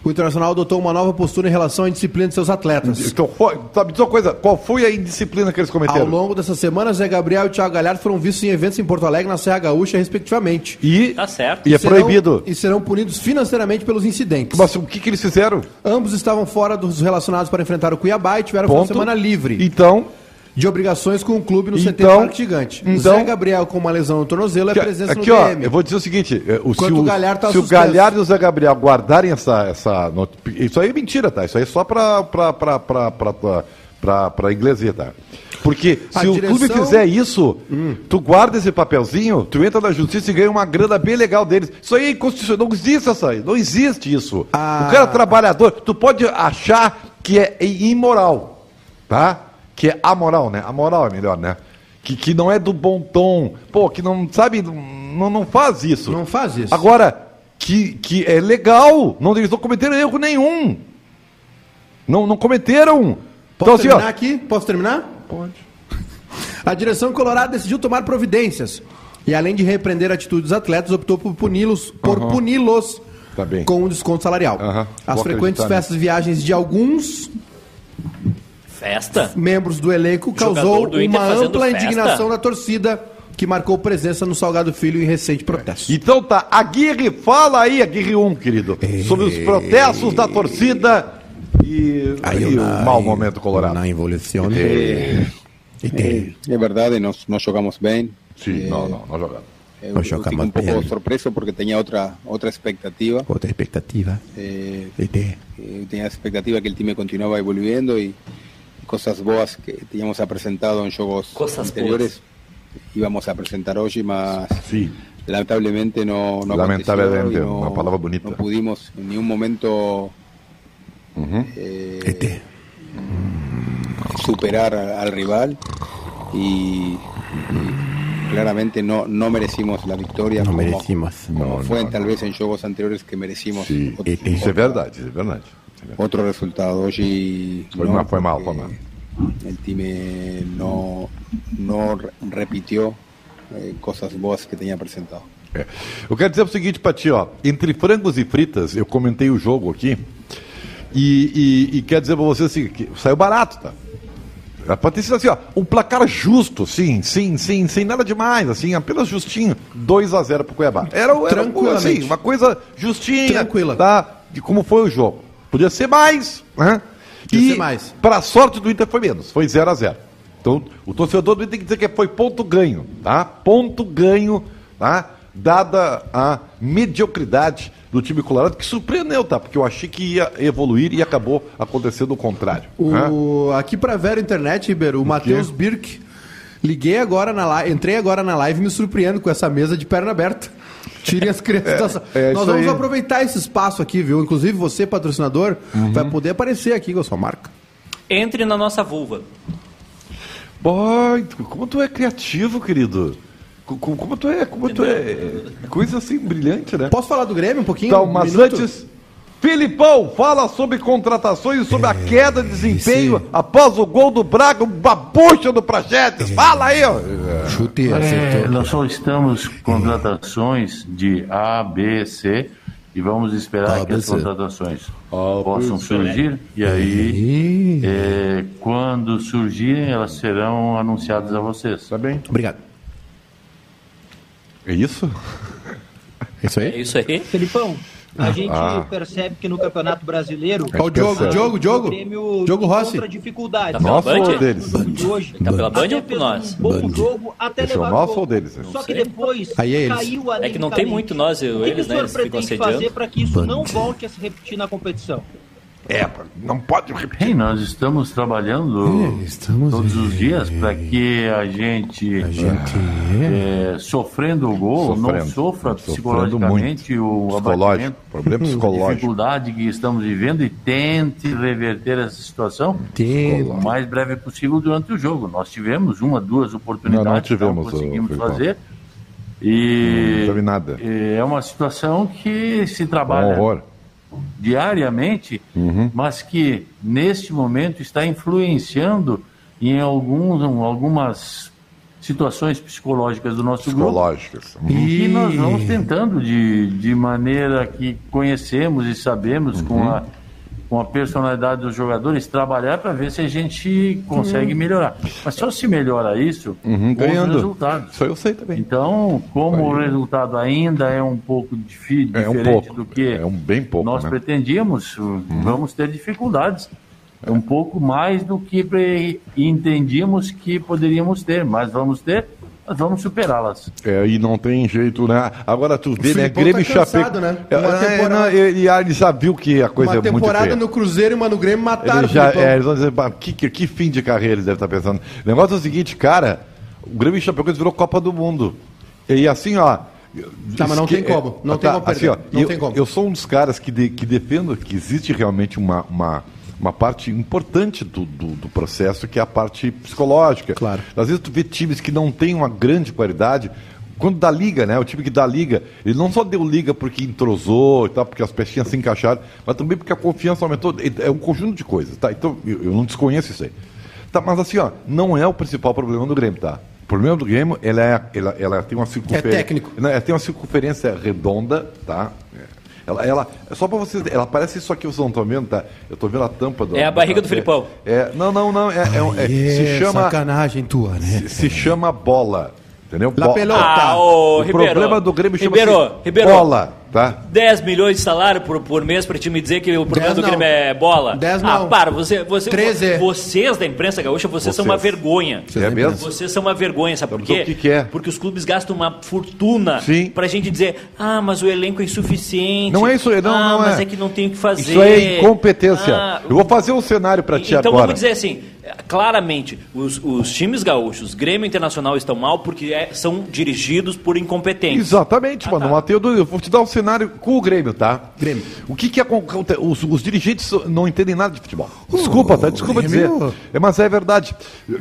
Speaker 2: O Internacional adotou uma nova postura em relação à indisciplina de seus atletas.
Speaker 1: Então, foi, sabe, diz uma coisa, qual foi a indisciplina que eles
Speaker 2: Ao
Speaker 1: cometeram?
Speaker 2: longo dessa semana, Zé Gabriel e Thiago Galhardo foram vistos em eventos em Porto Alegre, na Serra Gaúcha, respectivamente.
Speaker 1: E,
Speaker 3: Tá certo.
Speaker 1: e é
Speaker 2: Serão-
Speaker 1: proibido.
Speaker 2: E serão punidos financeiramente pelos incidentes.
Speaker 1: Mas o que, que eles fizeram?
Speaker 2: Ambos estavam fora dos relacionados para enfrentar o Cuiabá e tiveram uma
Speaker 1: Ponto.
Speaker 2: semana livre
Speaker 1: Então,
Speaker 2: de obrigações com o clube no CT
Speaker 1: Então-
Speaker 2: Parque Gigante. O
Speaker 1: então-
Speaker 2: Zé Gabriel, com uma lesão no tornozelo, é
Speaker 1: que-
Speaker 2: presença
Speaker 1: aqui
Speaker 2: no
Speaker 1: ó,
Speaker 2: DM.
Speaker 1: eu vou dizer o seguinte: é, o, se,
Speaker 2: Enquanto
Speaker 1: o,
Speaker 2: o Galhardo tá
Speaker 1: se o
Speaker 2: suspenso.
Speaker 1: Galhardo e o Zé Gabriel guardarem essa. essa not- Isso aí é mentira, tá? Isso aí é só pra, pra, pra, pra, pra, pra, pra, pra inglesia, tá? Porque
Speaker 2: A
Speaker 1: se o
Speaker 2: direção-
Speaker 1: clube fizer É isso,
Speaker 2: Hum.
Speaker 1: tu guarda esse papelzinho, tu entra na justiça e ganha uma grana bem legal deles. Isso aí é inconstitucional. Não existe essa aí. Não existe isso.
Speaker 2: Ah.
Speaker 1: O cara é trabalhador, tu pode achar que é imoral, tá? Que é amoral, né? Amoral é melhor, né? Que, que não é do bom tom. Pô, que não, sabe, não, não faz isso.
Speaker 2: Não faz isso.
Speaker 1: Agora, que, que é legal. Não, eles não cometeram erro nenhum. Não, não cometeram.
Speaker 2: Posso
Speaker 1: então, assim,
Speaker 2: terminar
Speaker 1: ó.
Speaker 2: aqui? Posso terminar?
Speaker 1: Pode.
Speaker 2: A direção colorada decidiu tomar providências. E além de repreender a atitude dos atletas, optou por puni-los por puni-los
Speaker 1: Tá bem.
Speaker 2: com um desconto salarial.
Speaker 1: Aham.
Speaker 2: As
Speaker 1: Vou
Speaker 2: frequentes
Speaker 1: acreditar nisso.
Speaker 2: festas e viagens de alguns
Speaker 3: Festa?
Speaker 2: membros do elenco causou
Speaker 3: Jogador do Inter
Speaker 2: uma
Speaker 3: fazendo
Speaker 2: ampla
Speaker 3: festa?
Speaker 2: indignação da torcida que marcou presença no Salgado Filho em recente protesto.
Speaker 1: Então tá, Aguirre, fala aí, Aguirre 1, querido, sobre os protestos da torcida e, e o mau momento colorado.
Speaker 2: involução.
Speaker 4: Es verdad, y nos, nos jugamos bien.
Speaker 1: Sim, não, não, não jogado.
Speaker 4: Eh,
Speaker 2: Nos
Speaker 4: estoy
Speaker 2: jugamos
Speaker 4: un poco
Speaker 2: bien.
Speaker 4: sorpreso porque tenía otra otra expectativa.
Speaker 2: Outra expectativa.
Speaker 4: Eh, eh, tenía expectativa que el time continuaba evoluyendo y cosas boas que teníamos presentado en juegos
Speaker 3: Cosas
Speaker 4: anteriores íbamos a presentar hoy, más
Speaker 1: Sim.
Speaker 4: lamentablemente no, no
Speaker 1: Lamentablemente,
Speaker 4: aconteció y
Speaker 1: una palabra bonita.
Speaker 4: No pudimos en ningún momento eh,
Speaker 2: E
Speaker 4: superar a- al rival y, y claramente no, no merecimos la victoria
Speaker 2: No
Speaker 4: como,
Speaker 2: merecimos.
Speaker 4: como
Speaker 1: No,
Speaker 4: fue
Speaker 1: no, E
Speaker 4: tal vez en juegos anteriores que merecimos
Speaker 1: Sim.
Speaker 4: otro,
Speaker 1: Isso é verdade, isso é verdade.
Speaker 4: otro resultado. Hoy eh,
Speaker 1: Hoy no fue mal, fue mal.
Speaker 4: El time no, no re- repitió eh, cosas boas que tenía presentado.
Speaker 1: É. Eu quero dizer o seguinte pra ti, ó. Entre frangos e fritas, eu comentei o jogo aqui. E, e, e quero dizer pra você assim, que saiu barato, tá? Era pra ter sido assim, ó. Um placar justo, sim, sim, sim, sem nada demais, assim, apenas justinho. 2 a 0 pro Cuiabá. Era, o- era um,
Speaker 2: Tranquilamente.
Speaker 1: assim, uma coisa justinha.
Speaker 2: Tranquila.
Speaker 1: Tá? De como foi o jogo. Podia ser mais, né?
Speaker 2: Podia
Speaker 1: e,
Speaker 2: ser mais.
Speaker 1: Pra sorte do Inter foi menos, foi 0 a 0 Então, o torcedor do Inter tem que dizer que foi ponto ganho, tá? Ponto ganho, tá? Dada a mediocridade do time colorado, que surpreendeu, tá? Porque eu achei que ia evoluir e acabou acontecendo o contrário. né?
Speaker 2: O, aqui pra Vera Internet, Ribeiro, o Matheus Birk. Liguei agora na live, entrei agora na live e me surpreendo com essa mesa de perna aberta. Tirem as crianças da sala.
Speaker 1: é
Speaker 2: Nós
Speaker 1: isso
Speaker 2: vamos
Speaker 1: aí.
Speaker 2: aproveitar esse espaço aqui, viu? Inclusive você, patrocinador,
Speaker 1: Uhum.
Speaker 2: vai poder aparecer aqui com a sua marca.
Speaker 3: Entre na nossa vulva.
Speaker 1: Boy, tu- como tu é criativo, querido. Co- co- Como tu é, como tu é. Coisa assim brilhante, né?
Speaker 2: Posso falar do Grêmio um pouquinho?
Speaker 1: Então,
Speaker 2: Um
Speaker 1: mas
Speaker 2: minuto?
Speaker 1: antes. Filipão fala sobre contratações e sobre
Speaker 2: É,
Speaker 1: a queda de desempenho após o gol do Braga, uma bucha do Prachetes.
Speaker 2: É.
Speaker 1: Fala aí, ó.
Speaker 2: Chute,
Speaker 5: É,
Speaker 2: acertou.
Speaker 5: nós solicitamos contratações de A, B, C e vamos esperar
Speaker 2: A,
Speaker 5: que
Speaker 2: B,
Speaker 5: as
Speaker 2: C.
Speaker 5: contratações possam surgir e aí
Speaker 2: Ih,
Speaker 5: é, quando surgirem elas serão anunciadas a vocês.
Speaker 1: Tá bem?
Speaker 2: Obrigado.
Speaker 1: É isso?
Speaker 2: É isso
Speaker 3: É
Speaker 2: aí?
Speaker 3: isso aí.
Speaker 6: Felipão, a gente
Speaker 1: Ah.
Speaker 6: percebe que no Campeonato Brasileiro. é,
Speaker 2: Ó, o Diogo, Diogo,
Speaker 6: O
Speaker 2: Diogo.
Speaker 6: Grêmio
Speaker 2: Diogo Rossi.
Speaker 6: encontra dificuldade.
Speaker 3: Tá
Speaker 1: Nosso
Speaker 3: Band?
Speaker 1: ou deles?
Speaker 6: Hoje,
Speaker 3: Tá pela Band
Speaker 6: até
Speaker 3: ou por
Speaker 6: fez
Speaker 3: nós?
Speaker 6: Um bom
Speaker 2: Band.
Speaker 6: jogo, até
Speaker 1: Esse é o
Speaker 6: levar
Speaker 1: nosso
Speaker 6: gol.
Speaker 1: ou deles? Eu não
Speaker 6: Só que
Speaker 3: sei.
Speaker 6: depois
Speaker 2: Aí é eles.
Speaker 6: caiu
Speaker 3: É que não tem
Speaker 6: anemicamente.
Speaker 3: muito nós e
Speaker 6: O que
Speaker 3: eles,
Speaker 6: que
Speaker 3: né?
Speaker 6: o
Speaker 3: Eles
Speaker 6: senhor
Speaker 3: ficam
Speaker 6: pretende fazer
Speaker 3: sediando.
Speaker 6: para que isso não volte a se repetir na competição?
Speaker 1: É, não pode repetir.
Speaker 5: Sim, nós estamos trabalhando
Speaker 2: É, estamos-
Speaker 5: todos os dias para que a gente, é, sofrendo o gol não
Speaker 1: Sofrendo.
Speaker 5: sofra
Speaker 1: Sofrendo
Speaker 5: psicologicamente o
Speaker 1: Psicológico.
Speaker 5: abatimento
Speaker 1: Problema psicológico.
Speaker 5: dificuldade que estamos vivendo e tente reverter essa situação
Speaker 2: Tente.
Speaker 5: o mais breve possível durante o jogo. Nós tivemos uma, duas oportunidades
Speaker 1: Não, não tivemos,
Speaker 5: que não conseguimos
Speaker 1: ô, Felipão.
Speaker 5: fazer. E
Speaker 1: Não teve nada.
Speaker 5: é uma situação que se
Speaker 1: Um
Speaker 5: trabalha
Speaker 1: horror. Uhum.
Speaker 5: diariamente, mas que neste momento está influenciando em alguns, algumas situações psicológicas do nosso grupo.
Speaker 1: Psicológicas.
Speaker 5: E nós vamos tentando de, de maneira que conhecemos e sabemos
Speaker 1: Uhum.
Speaker 5: com, a, com a personalidade dos jogadores trabalhar para ver se a gente consegue melhorar. Mas só se melhora isso
Speaker 1: Uhum,
Speaker 5: com os
Speaker 1: ganhando.
Speaker 5: resultados.
Speaker 1: Isso aí eu sei também.
Speaker 5: Então, como o resultado ainda é um pouco difi-
Speaker 1: É um
Speaker 5: diferente
Speaker 1: pouco.
Speaker 5: do que
Speaker 1: É um bem pouco.
Speaker 5: nós
Speaker 1: né? Uhum.
Speaker 5: pretendíamos, uh, vamos ter dificuldades.
Speaker 1: É.
Speaker 5: Um pouco mais do que pre- entendíamos que poderíamos ter, mas vamos ter, mas vamos superá-las.
Speaker 1: É, e não tem jeito, né? Agora tu vê,
Speaker 2: O
Speaker 1: né?
Speaker 2: Filipão
Speaker 1: Grêmio e
Speaker 2: tá
Speaker 1: Chapeco.
Speaker 2: cansado, né?
Speaker 1: É,
Speaker 2: Uma
Speaker 1: é,
Speaker 2: temporada-
Speaker 1: não, ele, ele já viu que a coisa
Speaker 2: Uma
Speaker 1: é muito
Speaker 2: temporada
Speaker 1: feia.
Speaker 2: no Cruzeiro e uma no Grêmio mataram
Speaker 1: Ele já,
Speaker 2: o Filipão.
Speaker 1: é, eles vão dizer, "Bah, que, que, que fim de carreira eles devem estar pensando. O negócio é o seguinte, cara, o Grêmio e Chapecoense virou Copa do Mundo. E assim, ó...
Speaker 2: Tá, mas não
Speaker 1: esque- é, assim,
Speaker 2: tem como, não tem como perder,
Speaker 1: ó,
Speaker 2: não
Speaker 1: eu,
Speaker 2: tem como.
Speaker 1: Eu sou um dos caras que, de- que defendo que existe realmente uma, uma, uma parte importante do, do, do processo, que é a parte psicológica.
Speaker 2: Claro.
Speaker 1: Às vezes tu vê times que não têm uma grande qualidade. Quando dá liga, né? O time que dá liga, ele não só deu liga porque entrosou e tal, porque as pecinhas se encaixaram, mas também porque a confiança aumentou. E- É um conjunto de coisas, tá? Então, eu, eu não desconheço isso aí. Tá, mas assim, ó, não é o principal problema do Grêmio, tá? O problema do Grêmio, ela, é, ela, ela tem uma circunferência.
Speaker 2: É técnico.
Speaker 1: Não, ela tem uma circunferência redonda, tá? Ela, ela, é só pra vocês. Ela parece isso aqui, vocês não estão vendo, tá? Eu tô vendo a tampa do.
Speaker 3: É a barriga do
Speaker 1: é-
Speaker 3: Filipão.
Speaker 1: É, não, não, não. É, é um- é- se chama
Speaker 2: sacanagem tua, né?
Speaker 1: se chama bola. Entendeu?
Speaker 2: La
Speaker 1: Bo-
Speaker 2: pelota.
Speaker 3: Ah,
Speaker 1: Tá. O
Speaker 3: ô, Ribeiro.
Speaker 1: problema do Grêmio
Speaker 3: Ribeiro,
Speaker 1: chama-se
Speaker 3: Ribeiro.
Speaker 1: bola, tá?
Speaker 3: 10 milhões de salário por, por mês pra te me dizer que o
Speaker 2: Dez
Speaker 3: problema do
Speaker 2: não.
Speaker 3: Grêmio é bola?
Speaker 2: Dez
Speaker 3: Ah,
Speaker 2: não.
Speaker 3: para, você, você,
Speaker 2: Treze.
Speaker 3: vocês da imprensa gaúcha, vocês, são uma
Speaker 1: Vocês.
Speaker 3: vergonha.
Speaker 1: É
Speaker 2: não
Speaker 1: mesmo?
Speaker 3: Vocês são uma vergonha, sabe por
Speaker 1: Então,
Speaker 3: quê?
Speaker 1: o que que é?
Speaker 3: Porque os clubes gastam uma fortuna
Speaker 1: Sim.
Speaker 3: pra gente dizer, ah, mas o elenco é insuficiente.
Speaker 1: Não é isso aí, não,
Speaker 3: ah,
Speaker 1: não
Speaker 3: mas
Speaker 1: é.
Speaker 3: é que não tem o que fazer.
Speaker 1: Isso é incompetência.
Speaker 3: Ah,
Speaker 1: Eu vou fazer um cenário pra ti
Speaker 3: então
Speaker 1: agora.
Speaker 3: vamos dizer assim, claramente, os, os times gaúchos, Grêmio e Internacional estão mal porque é- são dirigidos por incompetentes.
Speaker 1: Exatamente, mano. Matei o dúvida. Eu vou te dar um cenário com o Grêmio, tá?
Speaker 2: Ah, tá. Grêmio.
Speaker 1: O que que acontece? Os, os dirigentes não entendem nada de futebol. Desculpa, tá? Desculpa dizer.
Speaker 2: Grêmio.
Speaker 1: É, mas é verdade.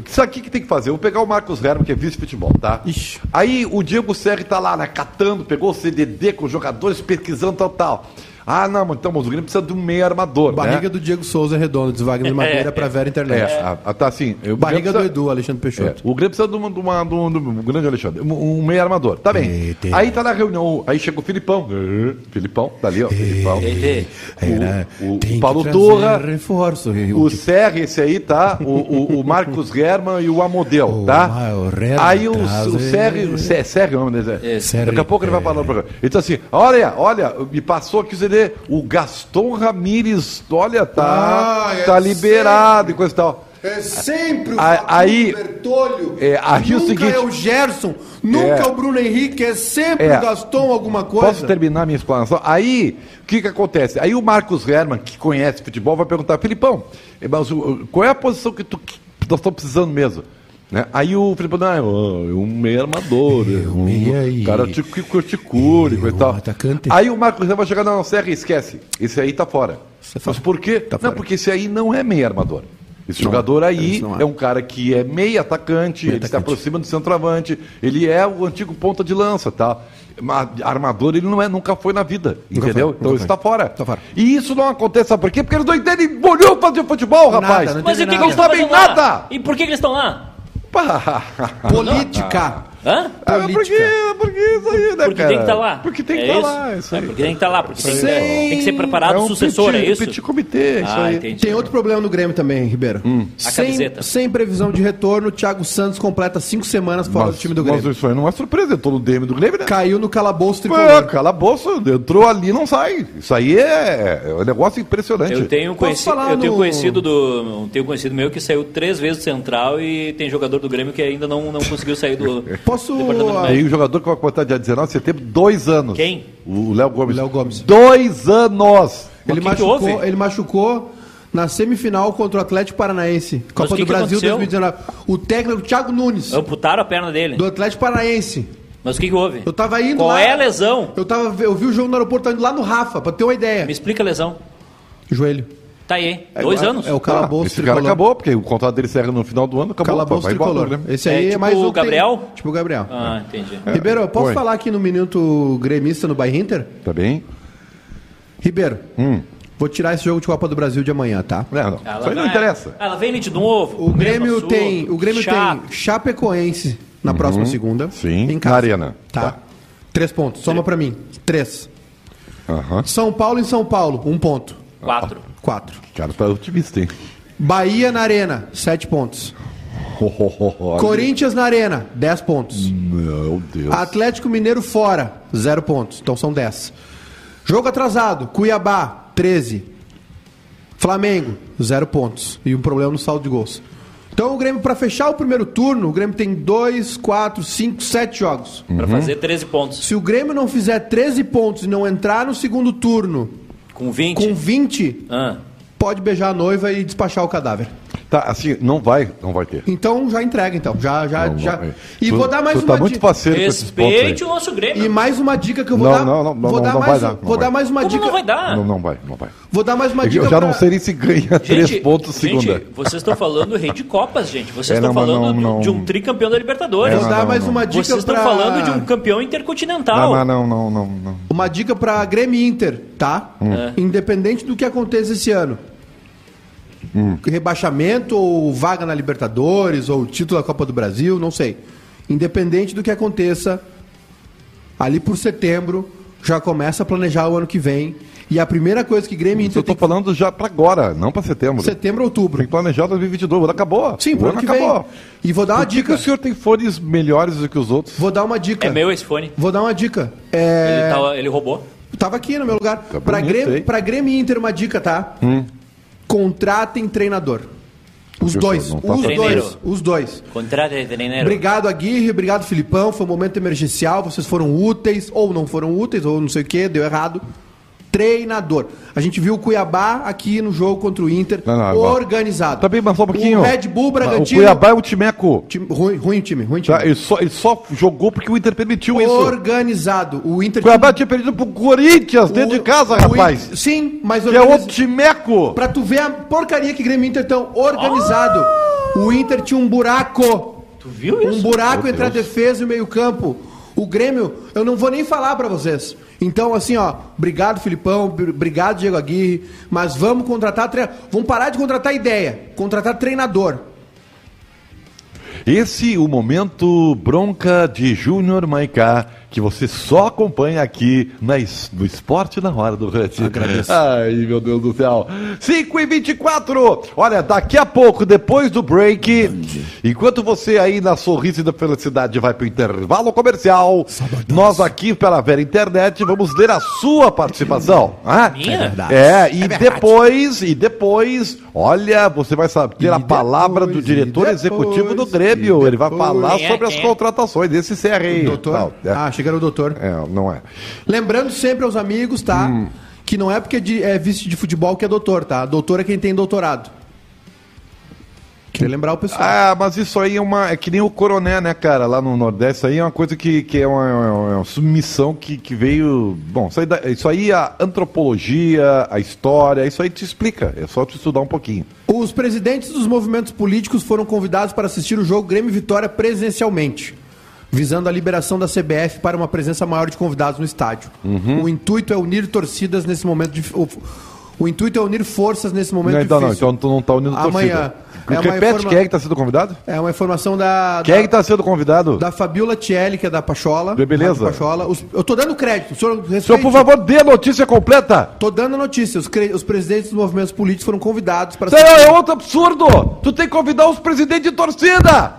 Speaker 1: Sabe o que, que tem que fazer? Eu vou pegar o Marcos Herman, que é vice-futebol, tá?
Speaker 2: Ixi.
Speaker 1: Aí o Diego Serri tá lá, né? Catando, pegou o CDD com os jogadores, pesquisando, tal, tal. Ah, não, mas então, mas o Grêmio precisa de um meio armador,
Speaker 2: Barriga
Speaker 1: né?
Speaker 2: do Diego Souza redonda, diz Wagner Madeira pra Vera Internet.
Speaker 1: É, a- a- tá assim. eu-
Speaker 2: Barriga
Speaker 1: precisa-
Speaker 2: do Edu, Alexandre
Speaker 1: é,
Speaker 2: Peixoto.
Speaker 1: o Grêmio precisa de, uma, de, uma- de um, de um grande Alexandre, um, um meio armador. Tá bem.
Speaker 2: Eita.
Speaker 1: Aí tá na reunião, aí chega o Filipão. Eh, Filipão, tá ali, ó. Filipão.
Speaker 3: Eita.
Speaker 2: Era-
Speaker 1: O, É. o,
Speaker 2: né? tem que
Speaker 1: o Paulo
Speaker 2: trazer um tipo-
Speaker 1: Turra,
Speaker 2: reforço.
Speaker 1: o Serra, esse aí, tá? O, o, o Marcos Herman e o Amodeu,
Speaker 2: O
Speaker 1: tá?
Speaker 2: Ma- o Herman
Speaker 1: Aí o,
Speaker 2: traz-
Speaker 1: o Serra, Serra, Serra, é o nome dele. né?
Speaker 3: É,
Speaker 2: Serra,
Speaker 1: Daqui a pouco ele vai falar no programa. Ele tá assim: olha, olha, me passou aqui o CD, o Gaston Ramírez, olha, tá,
Speaker 2: Ah, é
Speaker 1: tá liberado e coisa e tal.
Speaker 2: É sempre o
Speaker 1: A-
Speaker 2: Facundo
Speaker 1: aí-
Speaker 2: Bertolho.
Speaker 1: é, aí o
Speaker 2: nunca
Speaker 1: seguinte-
Speaker 2: é o Gerson, nunca
Speaker 1: É.
Speaker 2: é, o Bruno Henrique, é sempre
Speaker 1: É.
Speaker 2: o Gaston alguma coisa.
Speaker 1: Posso terminar minha explanação? Aí, o que que acontece? Aí o Marcos Herman, que conhece futebol, vai perguntar, Filipão, eh, mas o- qual é a posição que tu que nós estamos precisando mesmo? Né? Aí o Filipão, não, eu- eu um meio armador, eu um
Speaker 2: meia aí.
Speaker 1: cara tipo que curte cure,
Speaker 2: Eu
Speaker 1: coisa e tal.
Speaker 2: um atacante.
Speaker 1: Aí o Marcos Herman vai chegar, não, não, Serra, esquece, esse aí tá fora.
Speaker 2: Você
Speaker 1: Mas
Speaker 2: fala.
Speaker 1: por quê? não,
Speaker 2: fora.
Speaker 1: porque esse aí não é meio armador. Esse jogador aí
Speaker 2: eles não
Speaker 1: é um cara que é meio atacante, ele se
Speaker 2: atacante.
Speaker 1: aproxima do centroavante, ele é o antigo ponta de lança, tá? Ma- Armador ele não é, nunca foi na vida, entendeu?
Speaker 2: foi,
Speaker 1: então
Speaker 2: nunca
Speaker 1: isso tá
Speaker 2: foi.
Speaker 1: fora.
Speaker 2: Tá fora.
Speaker 1: E isso não acontece, sabe por quê? Porque eles não entendem bolhufas de futebol,
Speaker 2: Nada,
Speaker 1: rapaz.
Speaker 2: não
Speaker 3: Mas e o que, que
Speaker 1: Não
Speaker 3: eles estão
Speaker 1: sabem
Speaker 3: fazendo lá?
Speaker 1: nada.
Speaker 3: E por que, que eles estão lá?
Speaker 1: Pá.
Speaker 2: Política.
Speaker 3: Hã?
Speaker 1: Ah, porque, porque isso aí, né,
Speaker 3: Porque
Speaker 1: cara?
Speaker 3: tem que estar lá.
Speaker 1: Porque tem que
Speaker 3: É
Speaker 1: estar
Speaker 3: isso?
Speaker 1: lá, isso
Speaker 3: É,
Speaker 1: aí.
Speaker 3: porque tem que estar lá, porque tem que,
Speaker 2: Sem-
Speaker 3: tem que ser preparado
Speaker 1: É
Speaker 3: o
Speaker 1: um
Speaker 3: sucessor,
Speaker 1: petit,
Speaker 3: é isso?
Speaker 1: petit comitê, isso
Speaker 3: ah,
Speaker 1: aí.
Speaker 3: entendi.
Speaker 2: Tem outro problema no Grêmio também, Ribeiro.
Speaker 1: Hum.
Speaker 3: A
Speaker 2: Sem,
Speaker 3: camiseta.
Speaker 2: sem previsão de retorno, Thiago Santos completa cinco semanas fora
Speaker 1: Mas-
Speaker 2: do time do
Speaker 1: mas
Speaker 2: Grêmio.
Speaker 1: isso aí não é surpresa, entrou no DM do Grêmio, né?
Speaker 2: Caiu no calabouço
Speaker 1: Pô,
Speaker 2: tricolor.
Speaker 1: cala a bolsa, entrou ali e não sai. Isso aí é, é um negócio impressionante.
Speaker 3: Eu tenho, conheci,
Speaker 2: falar
Speaker 3: eu tenho
Speaker 2: no-
Speaker 3: conhecido do. Tenho conhecido meu que saiu três vezes do central e tem jogador do Grêmio que ainda não, não conseguiu sair do.
Speaker 2: Posso-
Speaker 3: departamento
Speaker 2: Ah.
Speaker 1: Tem
Speaker 3: médico.
Speaker 1: um jogador que vai contar dia 19 de setembro, dois anos.
Speaker 3: Quem?
Speaker 1: O Léo Gomes.
Speaker 2: Léo Gomes.
Speaker 1: Dois anos!
Speaker 2: Ele,
Speaker 3: Mas o que que
Speaker 2: machucou,
Speaker 3: houve?
Speaker 2: ele machucou na semifinal contra o Atlético Paranaense, Copa
Speaker 3: que
Speaker 2: do
Speaker 3: que
Speaker 2: Brasil
Speaker 3: aconteceu?
Speaker 2: 2019. O técnico Thiago Nunes,
Speaker 3: Amputaram a perna dele.
Speaker 2: do Atlético Paranaense.
Speaker 3: Mas o que, que houve?
Speaker 2: Eu tava indo
Speaker 3: Qual
Speaker 2: lá.
Speaker 3: é a lesão?
Speaker 2: Eu, tava, eu vi o jogo no aeroporto, tava indo lá no Rafa, pra ter uma ideia.
Speaker 3: Me explica a lesão.
Speaker 2: Joelho.
Speaker 3: Tá aí, hein? Dois
Speaker 2: é,
Speaker 3: anos.
Speaker 2: É o calabouço
Speaker 1: Esse cara acabou, porque o contrato dele encerra no final do ano, acabou.
Speaker 2: Calabouço
Speaker 1: vai embora,
Speaker 2: tricolor.
Speaker 1: né?
Speaker 2: Esse aí é,
Speaker 3: É tipo
Speaker 2: mais um.
Speaker 3: o Gabriel?
Speaker 2: Tem... Tipo o Gabriel.
Speaker 3: Ah, entendi.
Speaker 1: É.
Speaker 2: Ribeiro, eu posso
Speaker 1: Oi.
Speaker 2: falar aqui no minuto gremista no Bayern Inter?
Speaker 1: Tá bem?
Speaker 2: Ribeiro,
Speaker 1: Hum.
Speaker 2: vou tirar esse jogo de Copa do Brasil de amanhã, tá?
Speaker 1: É, Não, não.
Speaker 3: Ah,
Speaker 1: Isso aí não
Speaker 3: vai-
Speaker 1: interessa.
Speaker 3: Ah, Ela vem ali de novo.
Speaker 2: O
Speaker 3: mesmo
Speaker 2: Grêmio
Speaker 3: assunto,
Speaker 2: tem, o Grêmio
Speaker 3: chato.
Speaker 2: tem Chapecoense na próxima segunda.
Speaker 1: Uhum. Sim, Ah,
Speaker 2: em casa.
Speaker 1: na Arena.
Speaker 2: Tá. Três pontos. Soma pra mim. Três.
Speaker 1: Aham.
Speaker 2: São Paulo em São Paulo, um ponto.
Speaker 3: Quatro.
Speaker 2: Quatro.
Speaker 1: O cara tá otimista, hein?
Speaker 2: Bahia na Arena, sete pontos.
Speaker 1: Ho, ho, ho, ho.
Speaker 2: Corinthians na Arena, dez pontos.
Speaker 1: Hum, Meu Deus.
Speaker 2: Atlético Mineiro fora, zero pontos. Então são dez. Jogo atrasado, Cuiabá, 13. Flamengo, zero pontos. E um problema no saldo de gols. Então o Grêmio, pra fechar o primeiro turno, o Grêmio tem dois, quatro, cinco, sete jogos.
Speaker 1: Uhum.
Speaker 3: Pra fazer 13 pontos.
Speaker 2: Se o Grêmio não fizer 13 pontos e não entrar no segundo turno
Speaker 3: Com 20.
Speaker 2: com 20,
Speaker 3: Ah.
Speaker 2: pode beijar a noiva e despachar o cadáver.
Speaker 1: Tá, assim, não vai, não vai ter.
Speaker 2: Então já entrega, então. Já, já,
Speaker 1: Não
Speaker 2: já.
Speaker 1: vai.
Speaker 2: E
Speaker 1: Tu-
Speaker 2: vou dar mais
Speaker 1: tu
Speaker 2: uma
Speaker 1: tá muito
Speaker 2: dica.
Speaker 1: parceiro com esses pontos aí.
Speaker 3: Respeite o nosso Grêmio.
Speaker 2: E mais uma dica que eu vou
Speaker 1: Não,
Speaker 2: dar.
Speaker 1: não, não,
Speaker 2: vou
Speaker 1: não,
Speaker 2: dar
Speaker 1: não
Speaker 2: mais,
Speaker 1: vai dar,
Speaker 2: um-
Speaker 1: não
Speaker 2: vou
Speaker 1: vai.
Speaker 2: dar mais uma
Speaker 3: Como
Speaker 2: dica.
Speaker 3: não vai dar?
Speaker 1: Não, não vai, não vai.
Speaker 2: Vou dar mais uma dica.
Speaker 1: Eu já
Speaker 2: pra-
Speaker 1: não sei nem se ganha três pontos segunda.
Speaker 3: Gente, vocês estão falando rei de copas, gente.
Speaker 1: É,
Speaker 3: Vocês
Speaker 1: não,
Speaker 3: estão
Speaker 1: mas
Speaker 3: falando
Speaker 1: não,
Speaker 3: de-
Speaker 1: não.
Speaker 3: de um tricampeão da Libertadores.
Speaker 1: É,
Speaker 2: Vou
Speaker 1: não,
Speaker 2: dar
Speaker 1: não,
Speaker 2: mais
Speaker 1: não.
Speaker 2: uma dica
Speaker 3: Vocês estão
Speaker 2: pra-
Speaker 3: falando de um campeão intercontinental.
Speaker 1: Não, não, não, não, não.
Speaker 2: Uma dica pra Grêmio e Inter, tá?
Speaker 1: Hum.
Speaker 3: É.
Speaker 2: Independente do que aconteça esse ano.
Speaker 1: Hum.
Speaker 2: Rebaixamento ou vaga na Libertadores ou título da Copa do Brasil, não sei. Independente do que aconteça, ali por setembro já começa a planejar o ano que vem. E a primeira coisa que Grêmio e Inter
Speaker 1: Eu tô
Speaker 2: tem
Speaker 1: falando já pra agora, não pra setembro.
Speaker 2: que... setembro,
Speaker 1: Tem
Speaker 2: outubro.
Speaker 1: que planejar 2022, o ano acabou.
Speaker 2: Sim,
Speaker 1: o
Speaker 2: pro
Speaker 1: ano
Speaker 2: ano que
Speaker 1: acabou.
Speaker 2: vem. E vou dar uma
Speaker 1: Por que que
Speaker 2: dica.
Speaker 1: o senhor tem fones melhores do que os outros?
Speaker 2: Vou dar uma dica.
Speaker 3: É meu esse fone.
Speaker 2: Vou dar uma dica.
Speaker 3: Ele,
Speaker 2: É...
Speaker 3: tava- ele roubou.
Speaker 2: Tava aqui no meu lugar.
Speaker 1: Tá
Speaker 2: pra,
Speaker 1: bonito,
Speaker 2: Grêmio,
Speaker 1: hein? Hum.
Speaker 2: pra Grêmio e Inter, uma dica, tá? Contratem treinador. Os
Speaker 1: Eu
Speaker 2: dois.
Speaker 1: sou-
Speaker 2: Os
Speaker 1: não tá faço
Speaker 2: dois.
Speaker 3: ideia.
Speaker 2: Os dois.
Speaker 3: Contrata de treineiro.
Speaker 2: Obrigado, Aguirre. Obrigado, Filipão. Foi um momento emergencial. Vocês foram úteis, ou não foram úteis, ou não sei o que, deu errado. Treinador. A gente viu o Cuiabá aqui no jogo contra o Inter,
Speaker 1: Não, não, agora-
Speaker 2: organizado.
Speaker 1: Tá bem, mas só um pouquinho.
Speaker 2: O Red Bull Bragantino.
Speaker 1: O Cuiabá é o Timeco.
Speaker 2: Time- ruim, ruim time, ruim time.
Speaker 1: Tá? Ele, só, ele só jogou porque o Inter permitiu isso.
Speaker 2: Organizado. O Inter.
Speaker 1: O Cuiabá tinha perdido pro Corinthians dentro
Speaker 2: o-
Speaker 1: de casa,
Speaker 2: o
Speaker 1: rapaz.
Speaker 2: Inter- Sim, mas
Speaker 1: Que é
Speaker 2: organiz-
Speaker 1: outro Timeco.
Speaker 2: Pra tu ver a porcaria que Grêmio e Inter estão organizado. O Inter tinha um buraco.
Speaker 3: Tu viu
Speaker 2: Um
Speaker 3: isso?
Speaker 2: buraco
Speaker 1: Meu
Speaker 2: entre a
Speaker 1: Deus.
Speaker 2: defesa e o meio-campo. O Grêmio, eu não vou nem falar pra vocês. Então, assim, ó, obrigado, Filipão, br- obrigado, Diego Aguirre, mas vamos contratar tre... Vamos parar de contratar ideia, contratar treinador.
Speaker 1: Esse é o momento bronca de Júnior Maicá, que você só acompanha aqui na, es- no Esporte na Hora do Rete. Ai, meu Deus do céu. 5 e 24 Olha, daqui a pouco, depois do break, enquanto você aí na Sorriso e na Felicidade vai pro intervalo comercial, nós aqui pela Vera Internet vamos ler a sua participação. Ah,
Speaker 3: Minha? É verdade.
Speaker 1: É, e depois, e depois, olha, você vai saber ter a palavra do
Speaker 2: depois,
Speaker 1: diretor
Speaker 2: e
Speaker 1: executivo do
Speaker 2: depois,
Speaker 1: Grêmio.
Speaker 2: e
Speaker 1: Ele vai
Speaker 2: depois.
Speaker 1: falar
Speaker 3: Quem é,
Speaker 1: sobre as
Speaker 3: quem é?
Speaker 1: contratações desse CRI.
Speaker 2: Doutor?
Speaker 1: Não, é,
Speaker 2: Ah, chegaram o doutor.
Speaker 1: é, não é.
Speaker 2: Lembrando sempre aos amigos, tá?
Speaker 1: Hum.
Speaker 2: Que não é porque é, de- é vice de futebol que é doutor, tá? Doutor é quem tem doutorado.
Speaker 1: Que
Speaker 2: Queria lembrar o pessoal.
Speaker 1: Ah, mas isso aí é uma. É que nem o coroné, né, cara, lá no Nordeste. Isso aí é uma coisa que, que é, uma, é uma- é uma submissão que, que veio. Bom, isso aí, da- isso aí a antropologia, a história, isso aí te explica. É só tu estudar um pouquinho.
Speaker 2: Os presidentes dos movimentos políticos foram convidados para assistir o jogo Grêmio e Vitória presencialmente, visando a liberação da CBF para uma presença maior de convidados no estádio.
Speaker 1: Uhum.
Speaker 2: O intuito é unir torcidas nesse momento de. O, o intuito é unir forças nesse momento
Speaker 1: Não, então não,
Speaker 2: difícil.
Speaker 1: então tu não tá unindo
Speaker 2: Amanhã.
Speaker 1: torcida.
Speaker 2: É uma
Speaker 1: Repete,
Speaker 2: informa-
Speaker 1: quem é que tá sendo convidado?
Speaker 2: É uma informação da,
Speaker 1: Quem é que
Speaker 2: da,
Speaker 1: tá sendo convidado?
Speaker 2: da Fabiola Tielli, que é da Pachola.
Speaker 1: Be- beleza.
Speaker 2: Rádio Pachola. Os- eu tô dando crédito. O senhor,
Speaker 1: Senhor,
Speaker 2: respeite.
Speaker 1: por favor, dê a notícia completa!
Speaker 2: Tô dando a notícia. Os, cre- os presidentes dos movimentos políticos foram convidados para
Speaker 1: Será é outro absurdo! Tu tem que convidar os presidentes de torcida!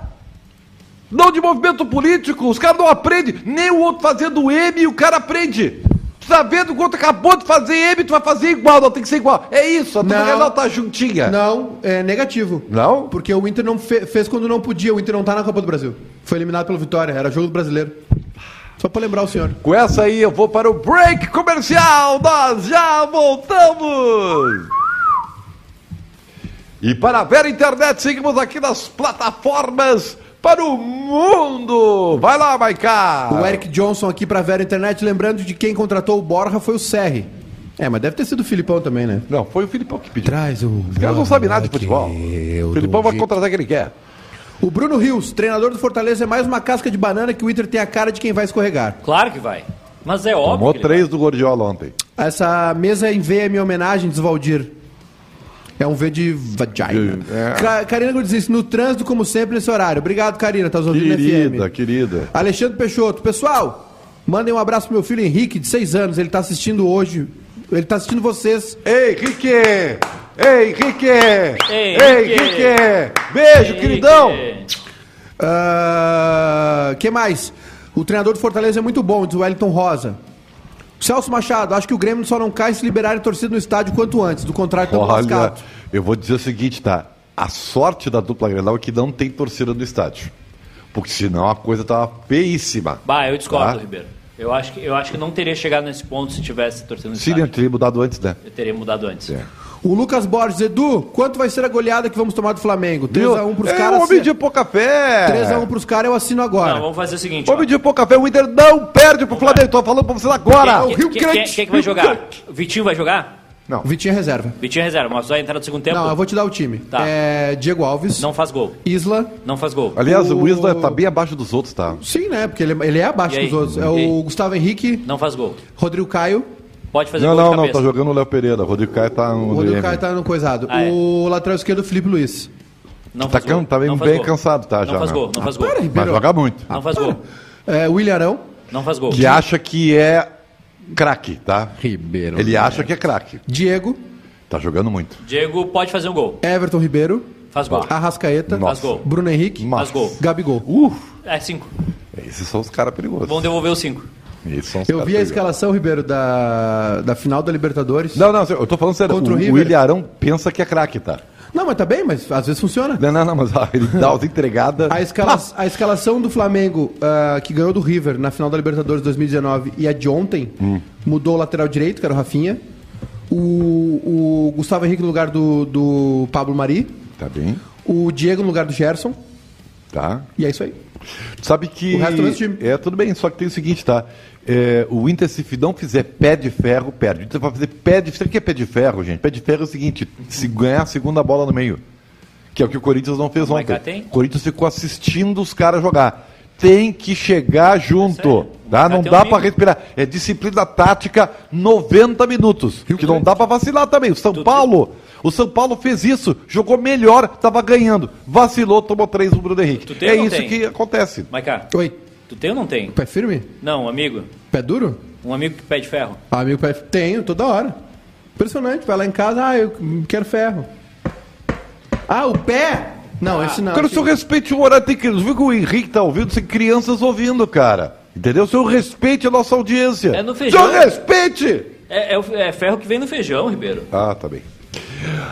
Speaker 1: Não de movimento político, os caras não aprendem, nem o outro fazendo M e o cara aprende. Tu tá vendo quanto acabou de fazer M, tu vai fazer igual, não tem que ser igual. É isso, a tua
Speaker 2: Não.
Speaker 1: não tá juntinha.
Speaker 2: Não, é negativo.
Speaker 1: Não?
Speaker 2: Porque o Inter não fe- fez quando não podia. O Inter não tá na Copa do Brasil. Foi eliminado pelo Vitória. Era jogo do brasileiro. Só pra lembrar o senhor.
Speaker 1: Com essa aí eu vou para o break comercial. Nós já voltamos. E para a Vera Internet, seguimos aqui nas plataformas para o mundo. Vai lá, Maiká.
Speaker 2: O Eric Johnson aqui pra Vera Internet. Lembrando de quem contratou o Borja foi o Serri. É, mas deve ter sido o Filipão também, né?
Speaker 1: Não, foi o Filipão que pediu.
Speaker 2: Traz o.
Speaker 1: Os caras não sabem nada de futebol. O Filipão vai contratar quem ele quer.
Speaker 2: O Bruno Rios, treinador do Fortaleza, é mais uma casca de banana que o Inter tem a cara de quem vai escorregar.
Speaker 3: Claro que vai. Mas é óbvio.
Speaker 1: Tomou
Speaker 3: que ele
Speaker 1: três do Gordiola ontem.
Speaker 2: Essa mesa em V é minha homenagem, diz Valdir. É um V de vagina.
Speaker 1: É.
Speaker 2: Ca- Karina Gomes disse, no trânsito, como sempre, nesse horário. Obrigado, Karina, tá nos ouvindo na
Speaker 1: Querida,
Speaker 2: FM.
Speaker 1: querida.
Speaker 2: Alexandre Peixoto, pessoal, mandem um abraço pro meu filho Henrique, de 6 anos. Ele tá assistindo hoje. Ele tá assistindo vocês.
Speaker 1: Ei, Henrique! Ei, Henrique! Ei,
Speaker 3: Henrique!
Speaker 1: Henrique! Beijo,
Speaker 3: vai. É.
Speaker 1: queridão!
Speaker 2: Ah, que mais? O treinador do Fortaleza é muito bom, diz o Wellington Rosa. Celso Machado, acho que o Grêmio só não cai se liberarem torcida no estádio quanto antes. Do contrário, tá estamos
Speaker 1: Olha,
Speaker 2: lascados.
Speaker 1: eu vou dizer o seguinte, tá? A sorte da dupla Grenal é que não tem torcida no estádio. Porque senão a coisa tava feíssima.
Speaker 3: Bah, eu discordo,
Speaker 1: Tá?
Speaker 3: Ribeiro. Eu acho, que, eu acho que não teria chegado nesse ponto se tivesse torcendo no
Speaker 1: Se ele
Speaker 3: estádio.
Speaker 1: teria mudado antes, né?
Speaker 3: Eu teria mudado antes.
Speaker 1: É.
Speaker 2: O Lucas Borges, Edu, quanto vai ser a goleada que vamos tomar do Flamengo?
Speaker 1: Viu?
Speaker 2: 3x1 pros
Speaker 1: é
Speaker 2: caras.
Speaker 1: homem de pouca fé!
Speaker 2: 3x1 pros caras, eu assino agora.
Speaker 3: Não, vamos fazer o seguinte. ó.
Speaker 1: Homem de pouca fé, o Inter não perde pro Flamengo. Tô falando pra vocês agora.
Speaker 2: o
Speaker 3: Quem-
Speaker 2: Rio
Speaker 3: quem-
Speaker 2: Grande,
Speaker 3: Quem, quem que vai
Speaker 2: Rio
Speaker 3: jogar?
Speaker 2: Grande.
Speaker 3: O Vitinho vai jogar?
Speaker 1: Não.
Speaker 2: Vitinho é reserva.
Speaker 3: Vitinho é reserva, mas vai entrar no segundo tempo?
Speaker 2: Não, eu vou te dar o time.
Speaker 3: Tá.
Speaker 2: É, Diego Alves,
Speaker 3: Não faz gol.
Speaker 2: Isla.
Speaker 3: Não faz gol.
Speaker 1: Aliás, o
Speaker 2: O-
Speaker 1: Isla tá bem abaixo dos outros, tá?
Speaker 2: Sim, né? Porque ele, ele é abaixo
Speaker 3: E aí?
Speaker 2: dos outros. É
Speaker 3: E
Speaker 2: o
Speaker 3: aí?
Speaker 2: Gustavo Henrique,
Speaker 3: Não faz gol.
Speaker 2: Rodrigo Caio.
Speaker 3: Pode fazer
Speaker 1: Não,
Speaker 3: gol
Speaker 1: não,
Speaker 3: de
Speaker 1: não.
Speaker 3: cabeça.
Speaker 1: Tá jogando o Léo Pereira. O Rodrigo Caio tá
Speaker 2: O
Speaker 1: no
Speaker 2: Rodrigo
Speaker 1: DM.
Speaker 2: Caio tá no coisado.
Speaker 3: Ah, é.
Speaker 2: o lateral esquerdo, Felipe Luiz.
Speaker 3: Não
Speaker 1: Tá,
Speaker 3: faz gol.
Speaker 1: can- tá bem,
Speaker 3: Não faz
Speaker 1: bem
Speaker 3: gol.
Speaker 1: cansado, tá?
Speaker 3: Não
Speaker 1: já,
Speaker 3: faz
Speaker 1: né?
Speaker 3: gol, não faz gol.
Speaker 2: para,
Speaker 1: Mas joga muito.
Speaker 3: Não faz gol.
Speaker 2: É, o Ilharão,
Speaker 3: Não faz gol.
Speaker 1: Que acha que é craque, tá?
Speaker 2: Ribeiro.
Speaker 1: Ele acha que é craque.
Speaker 2: Diego,
Speaker 1: Tá jogando muito.
Speaker 3: Diego pode fazer um gol.
Speaker 2: Everton Ribeiro,
Speaker 3: Faz gol.
Speaker 1: Ah,
Speaker 2: Arrascaeta,
Speaker 1: Nossa.
Speaker 3: gol.
Speaker 2: Bruno Henrique,
Speaker 1: Nossa.
Speaker 3: Faz gol.
Speaker 2: Gabigol.
Speaker 1: Uf,
Speaker 3: É cinco.
Speaker 1: esses são os caras perigosos.
Speaker 3: Vão devolver os cinco.
Speaker 1: Esses são os
Speaker 2: Eu
Speaker 1: caras
Speaker 2: vi a
Speaker 1: perigosos.
Speaker 2: escalação, Ribeiro, da, da final da Libertadores.
Speaker 1: Não, não, eu tô falando sério.
Speaker 2: Contra o
Speaker 1: o, o,
Speaker 2: River.
Speaker 1: Ilharão pensa que é craque, tá?
Speaker 2: Não, mas tá bem, mas às vezes funciona.
Speaker 1: Não, não, não, mas ó, ele dá os entregadas.
Speaker 2: A, escala- a escalação do Flamengo, ah, que ganhou do River na final da Libertadores 2019 e a de ontem, mudou o lateral direito, que era o Rafinha. O, o Gustavo Henrique no lugar do, do Pablo Mari.
Speaker 1: Tá bem,
Speaker 2: O Diego no lugar do Gerson.
Speaker 1: tá?
Speaker 2: E é isso aí.
Speaker 1: Sabe que.
Speaker 2: O resto é o mesmo time.
Speaker 1: É, tudo bem, só que tem o seguinte, tá? É, o Inter, se não fizer pé de ferro, perde. O Inter vai fazer pé de ferro. O que é pé de ferro, gente? Pé de ferro é o seguinte: se ganhar a segunda bola no meio. Que é o que o Corinthians não fez
Speaker 3: Como é
Speaker 1: ontem.
Speaker 3: que tem?
Speaker 1: O Corinthians ficou assim. assistindo os caras jogar. Tem que chegar junto.
Speaker 3: sério.
Speaker 1: tá?
Speaker 3: Vai
Speaker 1: Não
Speaker 3: ter um
Speaker 1: dá
Speaker 3: nível.
Speaker 1: pra respirar. É disciplina tática 90 minutos. que não dá pra vacilar também. O São Paulo. O São Paulo fez isso, jogou melhor, tava ganhando. Vacilou, tomou três do Bruno Henrique.
Speaker 3: Tu tem
Speaker 1: é
Speaker 3: ou não
Speaker 1: isso
Speaker 3: tem?
Speaker 1: que acontece.
Speaker 3: Maiká,
Speaker 2: Oi,
Speaker 3: tu tem ou não tem?
Speaker 2: pé firme?
Speaker 3: Não, um amigo.
Speaker 2: Pé duro?
Speaker 3: Um amigo que pede ferro.
Speaker 2: Ah, amigo, pé Tenho, toda hora. Impressionante, vai lá em casa, ah, eu quero ferro. Ah, o pé? Não, esse não.
Speaker 1: Cara, o senhor respeite o horário, tem crianças. Viu que o Henrique tá ouvindo, tem crianças ouvindo, cara. Entendeu? O senhor respeite a nossa audiência.
Speaker 3: É no feijão.
Speaker 1: Senhor respeite!
Speaker 3: É, é o- é ferro que vem no feijão, Ribeiro.
Speaker 1: Ah, tá bem.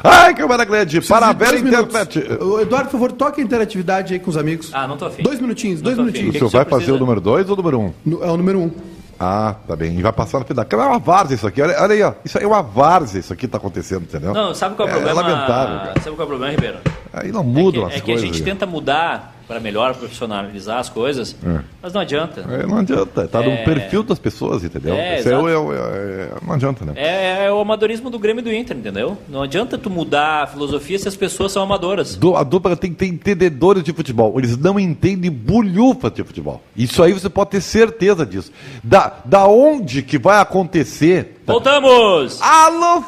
Speaker 1: Ai, câmera grande, para a
Speaker 2: Três
Speaker 1: velha
Speaker 2: minutos.
Speaker 1: internet.
Speaker 2: Ô, Eduardo, por favor, toque a interatividade aí com os amigos.
Speaker 3: Ah, não tô afim.
Speaker 2: Dois minutinhos,
Speaker 3: Não
Speaker 2: dois
Speaker 3: tô afim.
Speaker 1: O
Speaker 2: minutinhos.
Speaker 3: que
Speaker 1: senhor
Speaker 3: que
Speaker 1: vai
Speaker 3: o senhor
Speaker 1: fazer o
Speaker 3: precisa?
Speaker 1: número 2 ou o número 1? Um?
Speaker 2: No- é o número um.
Speaker 1: Ah, tá bem. E vai passar no final. Cara, É uma várzea isso aqui. Olha, olha aí, ó. Isso aí é uma várzea isso aqui tá acontecendo, entendeu?
Speaker 3: Não, sabe qual é o
Speaker 1: É
Speaker 3: problema?
Speaker 1: lamentável, cara.
Speaker 3: sabe qual é o problema, Ribeiro?
Speaker 1: Aí não
Speaker 3: É que,
Speaker 1: mudam
Speaker 3: é
Speaker 1: as
Speaker 3: que a
Speaker 1: coisas. né?
Speaker 3: gente
Speaker 1: cara.
Speaker 3: tenta mudar para melhor profissionalizar as coisas, mas não adianta.
Speaker 1: É, não adianta, tá
Speaker 3: É.
Speaker 1: no perfil das pessoas, entendeu?
Speaker 3: É,
Speaker 1: Isso é,
Speaker 3: exato.
Speaker 1: o- é o- é- não adianta, né?
Speaker 3: É, é o amadorismo do Grêmio e do Inter, entendeu? Não adianta tu mudar a filosofia se as pessoas são amadoras.
Speaker 1: Du- A dupla tem que ter entendedores de futebol. Eles não entendem bulhufa de futebol. Isso aí você pode ter certeza disso. Da, da onde que vai acontecer.
Speaker 3: Voltamos!
Speaker 1: Ah, Alô,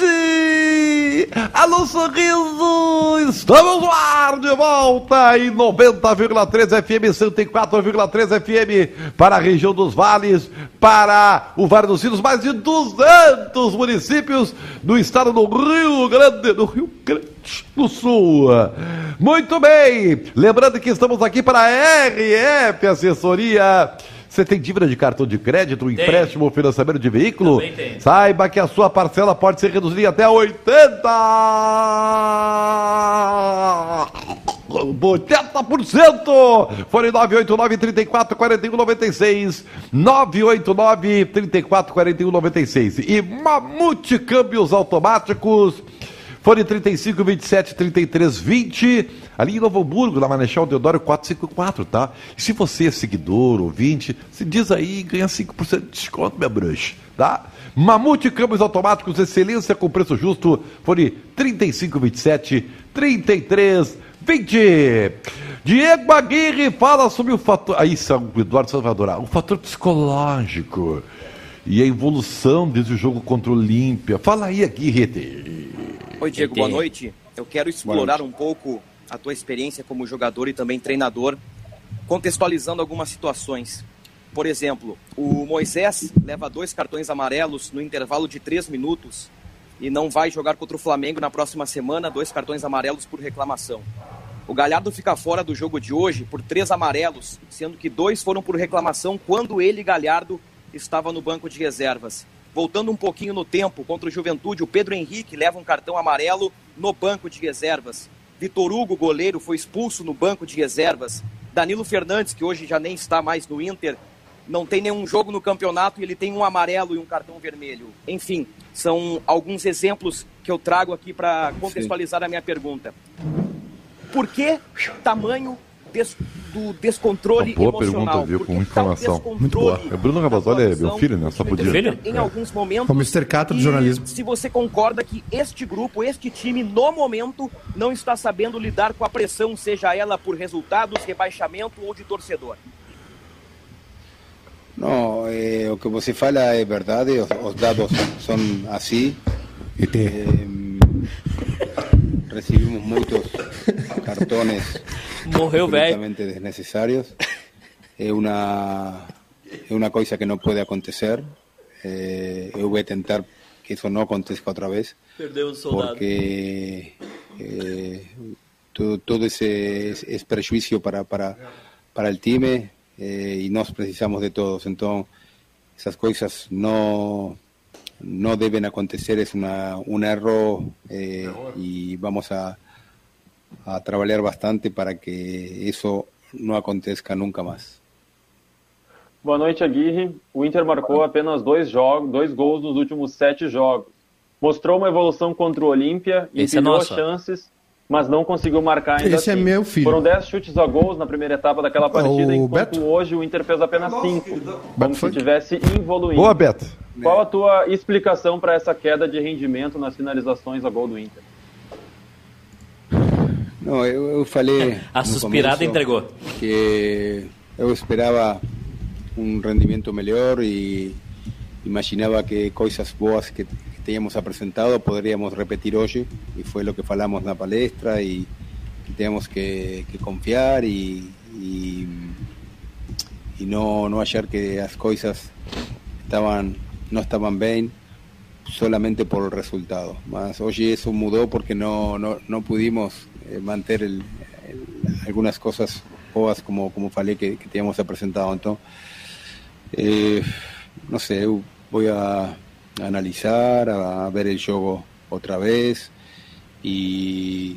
Speaker 1: felicidade! Alô, sorriso! Estamos no ar de volta em 90,3 FM, 104,3 FM para a região dos vales, para o Vale dos Sinos, mais de 200 municípios do estado do Rio Grande, do Rio Grande do Sul. Muito bem! Lembrando que estamos aqui para a RF Assessoria. Você tem dívida de cartão de crédito, empréstimo, financiamento de veículo?
Speaker 3: Também tem.
Speaker 1: Saiba que a sua parcela pode ser reduzida em até 80 80%! Fone 989 34 41 96 989 34 41 96 E Mamute Câmbios Automáticos Fone 35 27 33 20, ali em Novo Hamburgo, na Marechal Deodoro 454, tá? E se você é seguidor, ouvinte, se diz aí e ganha 5% de desconto, minha bruxa, tá? Mamute Câmbios Automáticos, excelência com preço justo, fone 35 27 33 20. Diego Aguirre fala sobre o fator. Aí, São Eduardo Santos vai adorar. O fator psicológico e a evolução desde o jogo contra o Olímpia. Fala aí, Aguirre.
Speaker 7: Oi, Diego, boa noite. Eu quero explorar um pouco a tua experiência como jogador e também treinador, contextualizando algumas situações. Por exemplo, o Moisés leva dois cartões amarelos no intervalo de três minutos e não vai jogar contra o Flamengo na próxima semana, dois cartões amarelos por reclamação. O Galhardo fica fora do jogo de hoje por três amarelos, sendo que dois foram por reclamação quando ele, Galhardo, estava no banco de reservas. Voltando um pouquinho no tempo, contra o Juventude, o Pedro Henrique leva um cartão amarelo no banco de reservas. Vitor Hugo, goleiro, foi expulso no banco de reservas. Danilo Fernandes, que hoje já nem está mais no Inter, não tem nenhum jogo no campeonato e ele tem um amarelo e um cartão vermelho. Enfim, são alguns exemplos que eu trago aqui para contextualizar a minha pergunta. Por que tamanho des- do descontrole
Speaker 1: Uma boa
Speaker 7: emocional?
Speaker 1: pergunta, viu?
Speaker 7: Por
Speaker 1: Com
Speaker 7: que
Speaker 1: muita
Speaker 7: tal
Speaker 1: informação.
Speaker 7: descontrole
Speaker 1: Muito boa. É Bruno Ravazoli, é
Speaker 7: da atuação
Speaker 1: meu filho, né? Só
Speaker 7: do
Speaker 1: podia.
Speaker 7: Inter Em
Speaker 3: É.
Speaker 7: alguns
Speaker 2: É o
Speaker 7: momentos.
Speaker 2: Mr. Cato do
Speaker 7: E
Speaker 2: jornalismo.
Speaker 7: Se você concorda que este grupo, este time, no momento, não está sabendo lidar com a pressão, seja ela por resultados, rebaixamento ou de torcedor.
Speaker 4: No, eh, o que você fala é verdade, os, os dados são assim. Em- recibimos muitos cartones
Speaker 3: Morreu, velho.
Speaker 4: absolutamente desnecesarios. É una, é una cosa que no puede acontecer. Eh, eu vou tentar que isso não aconteça outra vez.
Speaker 3: Perdeu o soldado.
Speaker 4: porque eh, todo, todo ese es, es perjuicio para, para, para el time eh, y nos precisamos de todos. Entonces, esas cosas no, no deben acontecer, es una, un error eh, y vamos a, a trabajar bastante para que eso no acontezca nunca más.
Speaker 8: Boa noite, Aguirre. O Inter marcou apenas dois jogos, dois gols nos últimos sete jogos. Mostrou uma evolução contra o Olímpia,
Speaker 3: Esse é
Speaker 8: empilhou
Speaker 3: nosso.
Speaker 8: chances, mas não conseguiu marcar ainda
Speaker 2: Esse é
Speaker 8: assim.
Speaker 2: meu filho. É
Speaker 8: Foram dez chutes a gols na primeira etapa daquela partida, enquanto
Speaker 2: Beto?
Speaker 8: hoje o Inter fez apenas cinco, como se
Speaker 2: foi?
Speaker 8: estivesse evoluindo.
Speaker 1: Boa, Beto.
Speaker 8: Qual a tua explicação para essa queda de rendimento nas finalizações a gol do Inter?
Speaker 4: Não, eu, eu falei.
Speaker 3: A
Speaker 4: no
Speaker 3: suspirada
Speaker 4: começo
Speaker 3: entregou.
Speaker 4: Que eu esperava um rendimento melhor e imaginava que coisas boas que, que tínhamos apresentado poderíamos repetir hoje e foi o que falamos na palestra e que temos que, que confiar e, e, e não, não achar que as coisas estavam, não estavam bem solamente por el resultado. Más oye, eso mudó porque no, no, no pudimos eh, mantener el- el- algunas cosas boas como, como falé que, que teníamos presentado. Entonces, eh, no sé, eu voy a analizar, a ver el juego otra vez y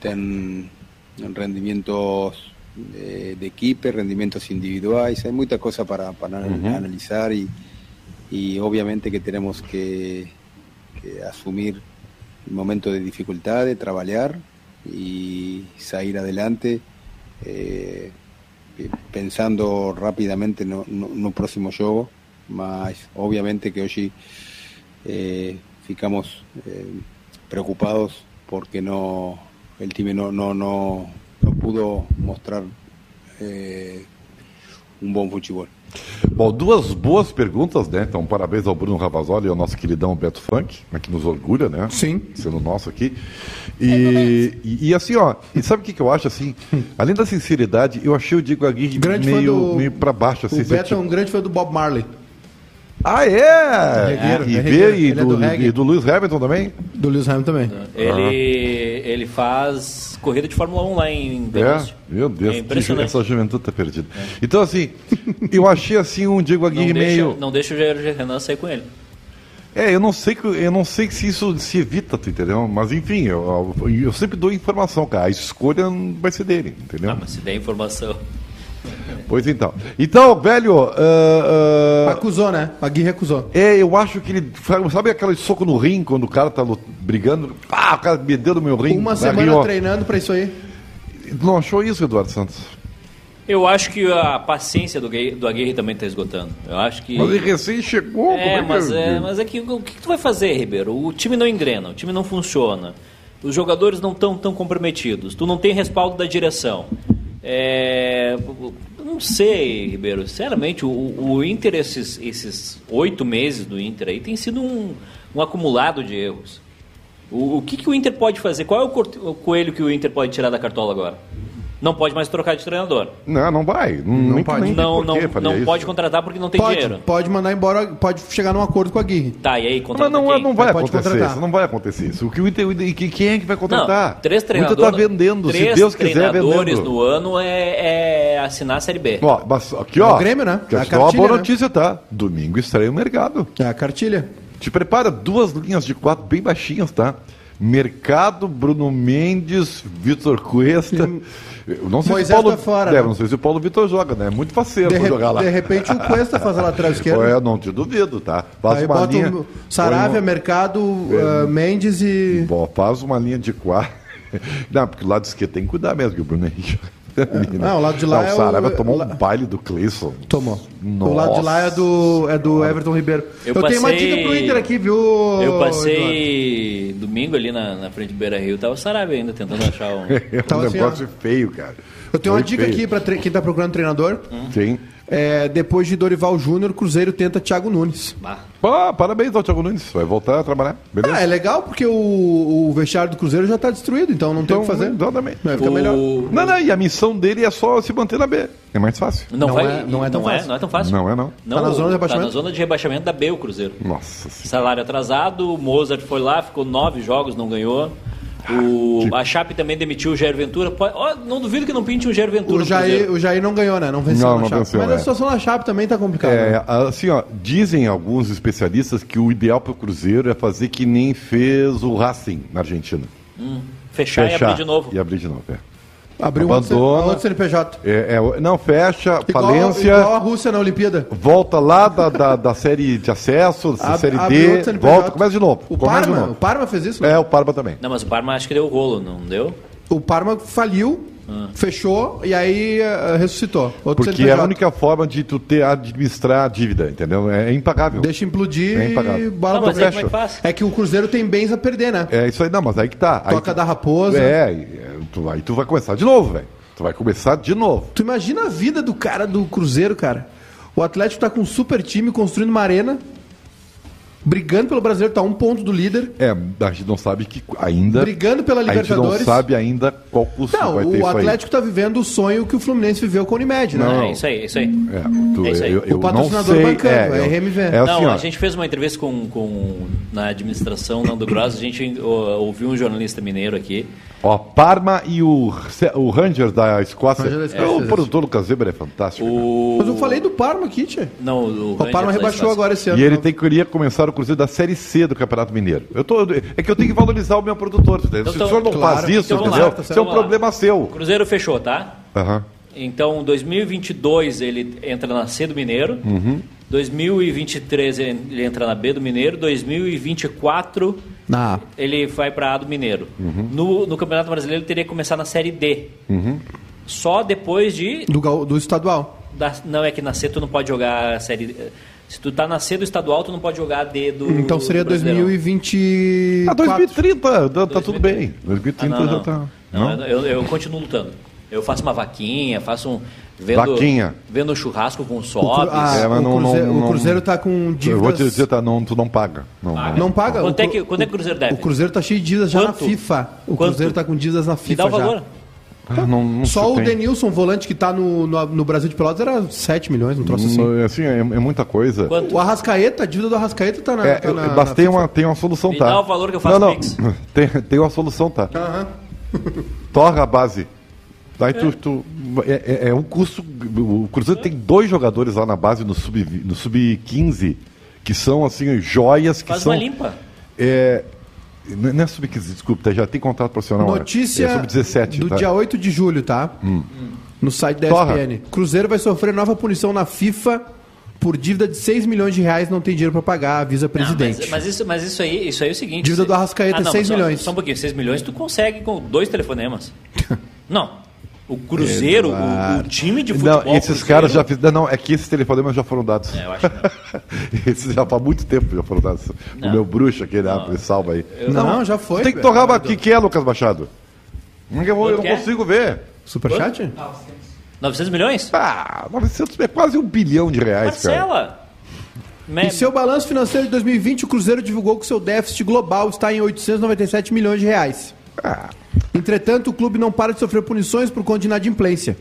Speaker 4: ten rendimientos eh, de equipo, rendimientos individuales, hay mucha cosa para, para analizar y, y obviamente que tenemos que, que asumir el momento de dificultad, de trabajar y salir adelante. eh, pe- pensando rápidamente no, no, no próximo juego, mas obviamente que hoy eh, ficamos eh, preocupados porque no el time no no no, no pudo mostrar eh, un buen fútbol.
Speaker 9: Bom, duas boas perguntas, né? Então, parabéns ao Bruno Ravazoli e ao nosso queridão Beto Funk, mas que nos orgulha, né?
Speaker 2: Sim.
Speaker 9: Sendo nosso aqui.
Speaker 3: É,
Speaker 9: E, e, e assim, ó, e sabe o que, que eu acho, assim? Além da sinceridade, eu achei o Diego Aguirre
Speaker 2: Grande fã
Speaker 9: meio,
Speaker 2: do-
Speaker 9: meio pra baixo,
Speaker 2: O
Speaker 9: assim.
Speaker 2: Beto
Speaker 1: tipo,
Speaker 9: assim,
Speaker 2: é um grande fã do Bob Marley.
Speaker 9: Ah, é!
Speaker 2: regueiro,
Speaker 9: e,
Speaker 2: é
Speaker 9: e,
Speaker 2: regueiro.
Speaker 9: e,
Speaker 2: Ele é
Speaker 9: do,
Speaker 2: do reggae.
Speaker 9: e do Lewis Hamilton também?
Speaker 2: Do Lewis Hamilton também.
Speaker 3: Ele, ele faz corrida de Fórmula 1 lá em Venâncio.
Speaker 9: É, meu Deus,
Speaker 3: É
Speaker 9: que ju-
Speaker 3: impressionante.
Speaker 9: essa juventude tá perdida.
Speaker 2: É.
Speaker 9: Então, assim, eu achei assim um Diego
Speaker 3: Não
Speaker 9: Aguirre
Speaker 3: deixa,
Speaker 9: meio.
Speaker 3: não deixa o Jair Renan sair com ele.
Speaker 9: É, eu não sei que eu não sei se isso se evita, tu entendeu? Mas enfim, eu, eu- eu sempre dou informação, cara. A escolha vai ser dele, entendeu?
Speaker 3: Ah, mas é. se der informação.
Speaker 9: Pois então. Então, velho, ah, ah,
Speaker 2: Acusou, né? A Gui recusou.
Speaker 9: é, eu acho que ele sabe aquele soco no rim quando o cara tá lut- brigando, pá, o cara me deu no meu rim.
Speaker 2: Uma
Speaker 9: na
Speaker 2: semana
Speaker 9: rinho.
Speaker 2: treinando pra isso aí.
Speaker 9: Não achou isso, Eduardo Santos?
Speaker 3: Eu acho que a paciência do, Gui- do Aguirre também está esgotando. Eu acho que.
Speaker 9: Mas ele recém chegou. como
Speaker 3: É,
Speaker 9: que-
Speaker 3: mas é, mas é que o que que tu vai fazer, Ribeiro? O time não engrena, o time não funciona. Os jogadores não estão tão comprometidos. Tu não tem respaldo da direção. É, eu não sei, Ribeiro. Sinceramente, o, o Inter, esses esses oito meses do Inter aí, tem sido um, um acumulado de erros. O, o que, que o Inter pode fazer? Qual é o cor- o coelho que o Inter pode tirar da cartola agora? Não pode mais trocar de treinador.
Speaker 9: Não, não vai. Não, nem,
Speaker 2: pode.
Speaker 9: nem
Speaker 3: Não,
Speaker 9: por
Speaker 3: não,
Speaker 9: que faria
Speaker 3: não
Speaker 9: isso.
Speaker 3: pode contratar porque não tem dinheiro.
Speaker 2: Pode, pode mandar embora, pode chegar num acordo com a Gui.
Speaker 3: Tá, e aí,
Speaker 9: Mas
Speaker 3: contrata
Speaker 9: não, é,
Speaker 3: quem?
Speaker 9: não vai
Speaker 2: Pode
Speaker 9: acontecer
Speaker 2: contratar.
Speaker 9: isso, não vai acontecer isso. O que o Inter, e que- quem é que vai contratar?
Speaker 3: Não, três treinadores.
Speaker 9: O Inter tá vendendo,
Speaker 3: três
Speaker 9: se Deus quiser,
Speaker 3: treinadores
Speaker 9: vendendo.
Speaker 3: no ano é, é assinar a Série B.
Speaker 9: Ó, mas aqui,
Speaker 2: É o
Speaker 9: ó.
Speaker 2: Grêmio, né?
Speaker 9: Que
Speaker 2: É a
Speaker 9: acho que é uma
Speaker 2: cartilha,
Speaker 9: boa
Speaker 2: né?
Speaker 9: notícia, tá? Domingo estreia o mercado.
Speaker 2: É a cartilha.
Speaker 9: Te prepara duas linhas de quatro bem baixinhas, tá? Mercado, Bruno Mendes, Vitor Cuesta. Eu não sei
Speaker 2: Moisés
Speaker 9: se o Paulo.
Speaker 2: tá fora,
Speaker 9: é,
Speaker 2: né?
Speaker 9: não sei se o Paulo Vitor joga, né? É muito faceiro
Speaker 2: De,
Speaker 9: pra
Speaker 2: re-
Speaker 9: jogar lá.
Speaker 2: de repente o Cuesta faz a lateral esquerda.
Speaker 9: É, não te duvido, tá? Faz
Speaker 2: Aí
Speaker 9: uma
Speaker 2: bota
Speaker 9: linha.
Speaker 2: o Saravia,
Speaker 9: põe um-
Speaker 2: Mercado, ah, Mendes e.
Speaker 9: Bom, faz uma linha de quatro. Não, porque o lado esquerdo tem que cuidar mesmo, que o Bruno Henrique.
Speaker 2: Ah, o lado de lá
Speaker 9: Não,
Speaker 2: é
Speaker 9: o
Speaker 2: o-
Speaker 9: Saraiva tomou
Speaker 2: lá-
Speaker 9: um baile do Cleison.
Speaker 2: Tomou. O lado de lá é do, é do Everton Ribeiro.
Speaker 3: Eu
Speaker 2: Eu, tenho uma
Speaker 3: passei-
Speaker 2: dica pro Inter aqui, viu?
Speaker 3: Eu
Speaker 2: Eduardo?
Speaker 3: passei domingo ali na, na frente do Beira Rio, tava o Sarabia ainda tentando achar um.
Speaker 9: É um
Speaker 2: Tava assim,
Speaker 9: negócio feio, cara.
Speaker 2: Eu tenho uma
Speaker 9: Foi
Speaker 2: dica
Speaker 9: feio.
Speaker 2: aqui pra tre- quem tá procurando treinador.
Speaker 9: Sim.
Speaker 2: É, depois de Dorival Júnior, Cruzeiro tenta Thiago Nunes.
Speaker 9: Ah, parabéns ao Thiago Nunes. Vai voltar a trabalhar. Beleza?
Speaker 2: Ah, é legal porque o, o vestiário do Cruzeiro já tá destruído, então não tem o que fazer.
Speaker 9: Exatamente.
Speaker 2: Vai ficar melhor.
Speaker 9: Não, não, e a missão dele é só se manter na B. É mais fácil.
Speaker 3: Não,
Speaker 2: Não
Speaker 3: vai,
Speaker 2: é- não é tão fácil.
Speaker 3: não é tão fácil.
Speaker 9: Não é, não.
Speaker 3: Não,
Speaker 2: Tá na zona de rebaixamento?
Speaker 3: tá na zona de rebaixamento da B, o Cruzeiro.
Speaker 9: Nossa senhora.
Speaker 3: Salário atrasado, o Mozart foi lá, ficou nove jogos, não ganhou.
Speaker 9: Ah,
Speaker 3: O,
Speaker 9: tipo-
Speaker 3: A Chape também demitiu o Jair Ventura. Pode- ó, não duvido que não pinte um Jair Ventura.
Speaker 2: O
Speaker 3: no
Speaker 2: Jair,
Speaker 3: Cruzeiro.
Speaker 2: o Jair não ganhou, né? Não venceu
Speaker 9: Não,
Speaker 2: na
Speaker 9: não
Speaker 2: Chape.
Speaker 9: venceu,
Speaker 2: Mas
Speaker 9: é.
Speaker 2: a situação na Chape também tá complicada. né?
Speaker 9: É, assim, ó, dizem alguns especialistas que o ideal para o Cruzeiro é fazer que nem fez o Racing na Argentina.
Speaker 3: Fechar, e abrir de novo.
Speaker 9: E abrir de novo, é.
Speaker 2: Abriu um outro,
Speaker 9: Abandona.
Speaker 2: outro CNPJ.
Speaker 9: É, é, não, fecha,
Speaker 2: Igual-
Speaker 9: falência,
Speaker 2: Igual a Rússia na Olimpíada.
Speaker 9: volta lá da, da, da série de acesso, da
Speaker 2: Ab-
Speaker 9: série
Speaker 2: abriu outro
Speaker 9: D,
Speaker 2: CNPJ.
Speaker 9: volta, começa de novo.
Speaker 2: O
Speaker 9: começa de
Speaker 2: Parma, o
Speaker 9: novo.
Speaker 2: Parma fez isso? né?
Speaker 9: É, o Parma também.
Speaker 3: Não, mas o Parma acho que deu o rolo, não deu?
Speaker 2: O Parma faliu, fechou e aí eh, ressuscitou. Outro
Speaker 9: Porque é
Speaker 2: CNPJ.
Speaker 9: a única forma de tu ter administrar a dívida, entendeu? É impagável.
Speaker 2: Deixa implodir
Speaker 9: Bem pagado.
Speaker 2: e
Speaker 3: Não,
Speaker 2: bala pra
Speaker 3: mas aí como é
Speaker 2: frente.
Speaker 3: que faz?
Speaker 2: É que o Cruzeiro tem bens a perder, né?
Speaker 9: É isso aí, não, mas aí que tá. Aí
Speaker 2: Toca
Speaker 9: tu-
Speaker 2: da raposa.
Speaker 9: É, e- é, tu, aí tu vai começar de novo, velho. Tu vai começar de novo.
Speaker 2: Tu imagina a vida do cara do Cruzeiro, cara. O Atlético tá com um super time construindo uma arena, brigando pelo brasileiro, tá um ponto do líder,
Speaker 9: É, a gente não sabe que ainda.
Speaker 2: brigando pela
Speaker 9: a gente não
Speaker 2: Libertadores.
Speaker 9: sabe ainda qual custo
Speaker 2: Não,
Speaker 9: vai ter
Speaker 2: o
Speaker 9: isso aí.
Speaker 2: Atlético tá vivendo o sonho que o Fluminense viveu com a Unimed, né?
Speaker 9: Não.
Speaker 3: É isso aí, é isso aí.
Speaker 9: É, tu-
Speaker 3: É isso aí.
Speaker 9: eu, eu
Speaker 2: O
Speaker 9: não
Speaker 2: patrocinador
Speaker 9: sei,
Speaker 2: bancando, é
Speaker 9: eu-
Speaker 2: RMV.
Speaker 9: É assim,
Speaker 3: não,
Speaker 9: ó,
Speaker 3: a gente fez uma entrevista com, com na administração Nando Gross, a gente ó, ouviu um jornalista mineiro aqui.
Speaker 9: ó, Parma e o, Ce- o Rangers da Escócia.
Speaker 2: Rangers da Escócia,
Speaker 9: É, o
Speaker 2: existe.
Speaker 9: produtor Lucas Weber é fantástico. né?
Speaker 3: O,
Speaker 2: Mas eu falei do Parma aqui, tia.
Speaker 3: não, o, tá
Speaker 2: O Parma
Speaker 3: Rangers lá
Speaker 2: rebaixou
Speaker 3: está-
Speaker 2: agora esse ano.
Speaker 9: E ele
Speaker 2: né?
Speaker 9: tem, queria começar o Cruzeiro da Série C do Campeonato Mineiro. Eu tô, é que eu tenho que valorizar o meu produtor. entendeu? Se
Speaker 3: Então,
Speaker 9: o senhor não
Speaker 2: claro.
Speaker 9: faz isso,
Speaker 3: Então, vamos
Speaker 9: entendeu?
Speaker 3: lá, tá
Speaker 9: isso é
Speaker 3: certo.
Speaker 9: um problema
Speaker 3: O
Speaker 9: seu.
Speaker 3: Cruzeiro fechou, tá?
Speaker 9: Aham. Ah,
Speaker 3: Então, 2022 ele entra na C do Mineiro. 2023 ele entra na B do Mineiro. 2024
Speaker 2: Ah,
Speaker 3: ele vai para A do Mineiro. No, no Campeonato Brasileiro, ele teria que começar na Série D. Só depois de.
Speaker 2: do, gal- do estadual.
Speaker 3: da- não, é que nascer tu não pode jogar a Série. Se tu tá nascendo estadual, tu não pode jogar a D do.
Speaker 2: Então seria
Speaker 3: do Brasileirão. Tá
Speaker 2: 2024.
Speaker 9: Ah, 2030, tá, tá tudo bem.
Speaker 3: Ah,
Speaker 9: 2030
Speaker 3: não,
Speaker 9: já
Speaker 3: não.
Speaker 9: tá.
Speaker 2: então.
Speaker 3: Não,
Speaker 9: Não?
Speaker 3: Eu, eu continuo lutando. Eu faço uma vaquinha, faço um. Vendo,
Speaker 9: Vaquinha.
Speaker 3: Vendo churrasco com
Speaker 2: O, cru-
Speaker 3: sobs.
Speaker 2: ah,
Speaker 9: É, mas
Speaker 2: o
Speaker 9: não- não-
Speaker 2: cruzeiro, o
Speaker 9: não-
Speaker 2: Cruzeiro tá com dívidas.
Speaker 9: Eu vou te dizer, tá, não, tu não paga. Não, não.
Speaker 2: Não paga?
Speaker 3: Quanto
Speaker 2: o,
Speaker 3: é que- quanto é que o Cruzeiro deve?
Speaker 2: O Cruzeiro tá cheio de dívidas já
Speaker 3: Quanto?
Speaker 2: na FIFA. O
Speaker 3: Quanto?
Speaker 2: Cruzeiro tá com dívidas na
Speaker 3: Me
Speaker 2: FIFA
Speaker 3: dá o
Speaker 2: já.
Speaker 3: valor.
Speaker 9: Ah, não- não
Speaker 2: Só
Speaker 9: se
Speaker 2: o
Speaker 9: tem.
Speaker 2: Denilson, volante que tá no, no, no Brasil de Pelotas, era 7 milhões, um troço assim.
Speaker 9: Não, assim, é, é muita coisa.
Speaker 3: Quanto?
Speaker 2: O Arrascaeta, a dívida do Arrascaeta tá na.
Speaker 9: É,
Speaker 2: tá na-
Speaker 9: eu- mas tem
Speaker 2: na FIFA.
Speaker 9: uma, tem uma solução,
Speaker 3: Me
Speaker 9: tá?
Speaker 3: dá o valor que eu faço
Speaker 9: Não, não.
Speaker 3: Pix.
Speaker 9: Tem, tem uma solução, tá? Torra a base. Daí tu. tu- é, é- é um custo. O Cruzeiro tem dois jogadores lá na base, no sub-15, no sub 15, que são, assim, joias que
Speaker 3: Faz
Speaker 9: são.
Speaker 3: uma limpa.
Speaker 9: É, n- não é sub-15, desculpa, tá? já tem contrato profissional. né?
Speaker 2: Notícia
Speaker 9: É sub-17.
Speaker 2: do
Speaker 9: tá? Hum.
Speaker 2: dia 8 de julho, tá? No site da
Speaker 9: Torra.
Speaker 2: ESPN. Cruzeiro vai sofrer nova punição na FIFA por dívida de 6 milhões de reais, não tem dinheiro pra pagar, avisa
Speaker 3: Ah, mas-
Speaker 2: presidente.
Speaker 3: mas, isso, mas isso aí, isso aí é o seguinte.
Speaker 2: Dívida do Arrascaeta,
Speaker 3: não,
Speaker 2: 6
Speaker 3: mas só-
Speaker 2: milhões.
Speaker 3: Só um pouquinho, 6 milhões tu consegue com dois telefonemas. não. O Cruzeiro, o, o time de futebol.
Speaker 9: Não, esses
Speaker 3: Cruzeiro-
Speaker 9: caras já fizeram. Não, é que esses telefonemas já foram dados.
Speaker 3: É, eu acho que não.
Speaker 9: Esses já faz muito tempo já foram dados. O
Speaker 3: Não.
Speaker 9: meu bruxo aquele, ah, me salva aí.
Speaker 2: Não, já foi,
Speaker 9: Tem que
Speaker 2: velho.
Speaker 9: tocar o que, que é, Lucas Machado? Não, Eu, vou- eu não
Speaker 3: Quanto que é?
Speaker 9: consigo ver.
Speaker 2: Superchat?
Speaker 3: 900 milhões?
Speaker 9: Ah, 900 é quase um bilhão de reais, cara.
Speaker 3: Marcela. Me-
Speaker 2: Em seu balanço financeiro de 2020, o Cruzeiro divulgou que seu déficit global está em 897 milhões de reais.
Speaker 9: Ah.
Speaker 2: Entretanto, o clube não para de sofrer punições por conta de inadimplência.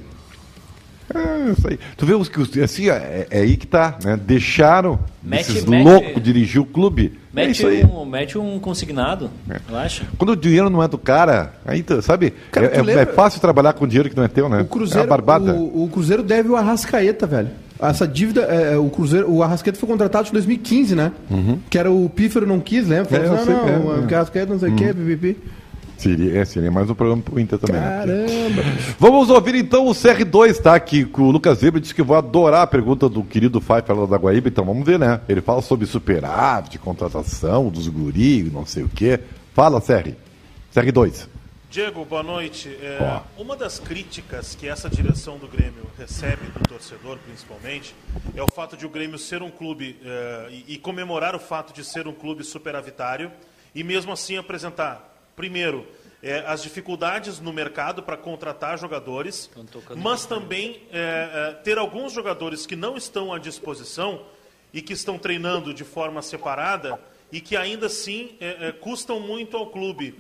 Speaker 9: É, isso aí. Tu vê os que os- assim, é, é aí que tá, né? Deixaram
Speaker 3: Mete-
Speaker 9: esses
Speaker 3: mete-
Speaker 9: loucos dirigir o clube. é
Speaker 3: Mete,
Speaker 9: isso aí.
Speaker 3: um, mete um consignado,
Speaker 2: É.
Speaker 3: eu acho.
Speaker 9: Quando o dinheiro não é do cara, aí tu- sabe?
Speaker 2: Cara,
Speaker 9: é,
Speaker 2: tu
Speaker 9: é-
Speaker 2: lembra-
Speaker 9: é fácil trabalhar com dinheiro que não é teu, né?
Speaker 2: O Cruzeiro,
Speaker 9: é uma barbada.
Speaker 2: O, o Cruzeiro deve o Arrascaeta, velho. Essa dívida, é, é, o Cruzeiro, o Arrascaeta foi contratado em 2015, né? Que era o Pífero não quis, lembra? Falou
Speaker 9: Uhum. É, eu
Speaker 2: assim,
Speaker 9: sei,
Speaker 2: não,
Speaker 9: é,
Speaker 2: não,
Speaker 9: é.
Speaker 2: o Arrascaeta não sei o quê, pipipi.
Speaker 9: Seria, é, seria mais um programa pro Inter também. né?
Speaker 2: Caramba.
Speaker 9: Vamos ouvir então o CR2, tá? Que que o Lucas Weber disse que vou adorar a pergunta do querido Pfeiffer lá da Guaíba, então vamos ver, né? Ele fala sobre superávit, contratação dos guris, não sei o quê. Fala, CR. CR2.
Speaker 7: Diego, boa noite. É, uma das críticas que essa direção do Grêmio recebe, do torcedor principalmente, é o fato de o Grêmio ser um clube é, e, e comemorar o fato de ser um clube superavitário e mesmo assim apresentar, primeiro, é, as dificuldades no mercado para contratar jogadores, mas também é, é, ter alguns jogadores que não estão à disposição e que estão treinando de forma separada e que ainda assim é, é, custam muito ao clube.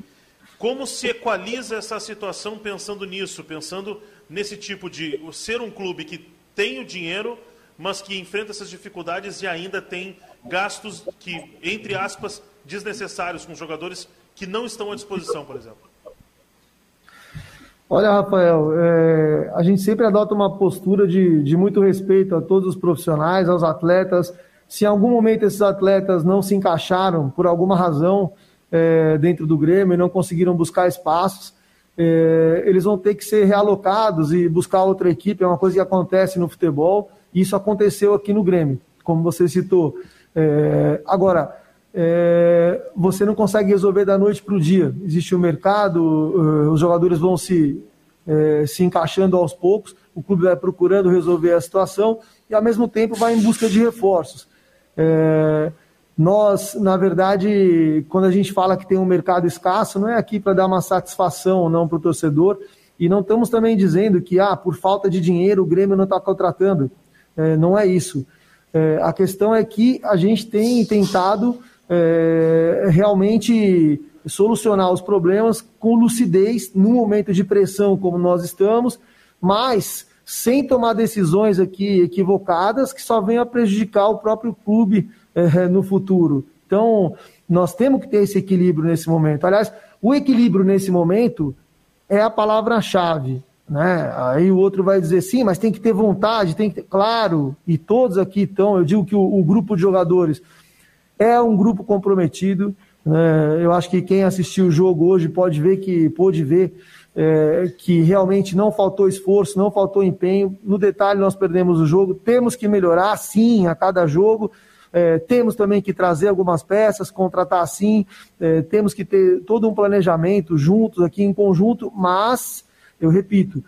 Speaker 7: Como se equaliza essa situação pensando nisso, pensando nesse tipo de o ser um clube que tem o dinheiro, mas que enfrenta essas dificuldades e ainda tem gastos que, entre aspas, desnecessários com jogadores que não estão à disposição, por exemplo?
Speaker 10: Olha, Rafael, é, a gente sempre adota uma postura de, de muito respeito a todos os profissionais, aos atletas. Se em algum momento esses atletas não se encaixaram por alguma razão é, dentro do Grêmio e não conseguiram buscar espaços, é, eles vão ter que ser realocados e buscar outra equipe. É uma coisa que acontece no futebol. E isso aconteceu aqui no Grêmio, como você citou. É, agora, é, você não consegue resolver da noite para o dia. Existe o mercado, eh, os jogadores vão se, eh, se encaixando aos poucos, o clube vai procurando resolver a situação e, ao mesmo tempo, vai em busca de reforços. Eh, nós, na verdade, quando a gente fala que tem um mercado escasso, não é aqui para dar uma satisfação ou não para o torcedor, e não estamos também dizendo que, ah, por falta de dinheiro, o Grêmio não está contratando. Eh, não é isso. É, a questão é que a gente tem tentado é, realmente solucionar os problemas com lucidez, num momento de pressão como nós estamos, mas sem tomar decisões aqui equivocadas que só venham a prejudicar o próprio clube é, no futuro. Então, nós temos que ter esse equilíbrio nesse momento. Aliás, o equilíbrio nesse momento é a palavra-chave. Né? Aí o outro vai dizer sim, mas tem que ter vontade, tem que ter. Claro, e todos aqui estão. Eu digo que o, o grupo de jogadores é um grupo comprometido. né? Eu acho que quem assistiu o jogo hoje pode ver que pôde ver é, que realmente não faltou esforço, não faltou empenho. No detalhe, nós perdemos o jogo, temos que melhorar, sim, a cada jogo. É, temos também que trazer algumas peças, contratar sim, é, temos que ter todo um planejamento juntos aqui em conjunto, mas, eu repito,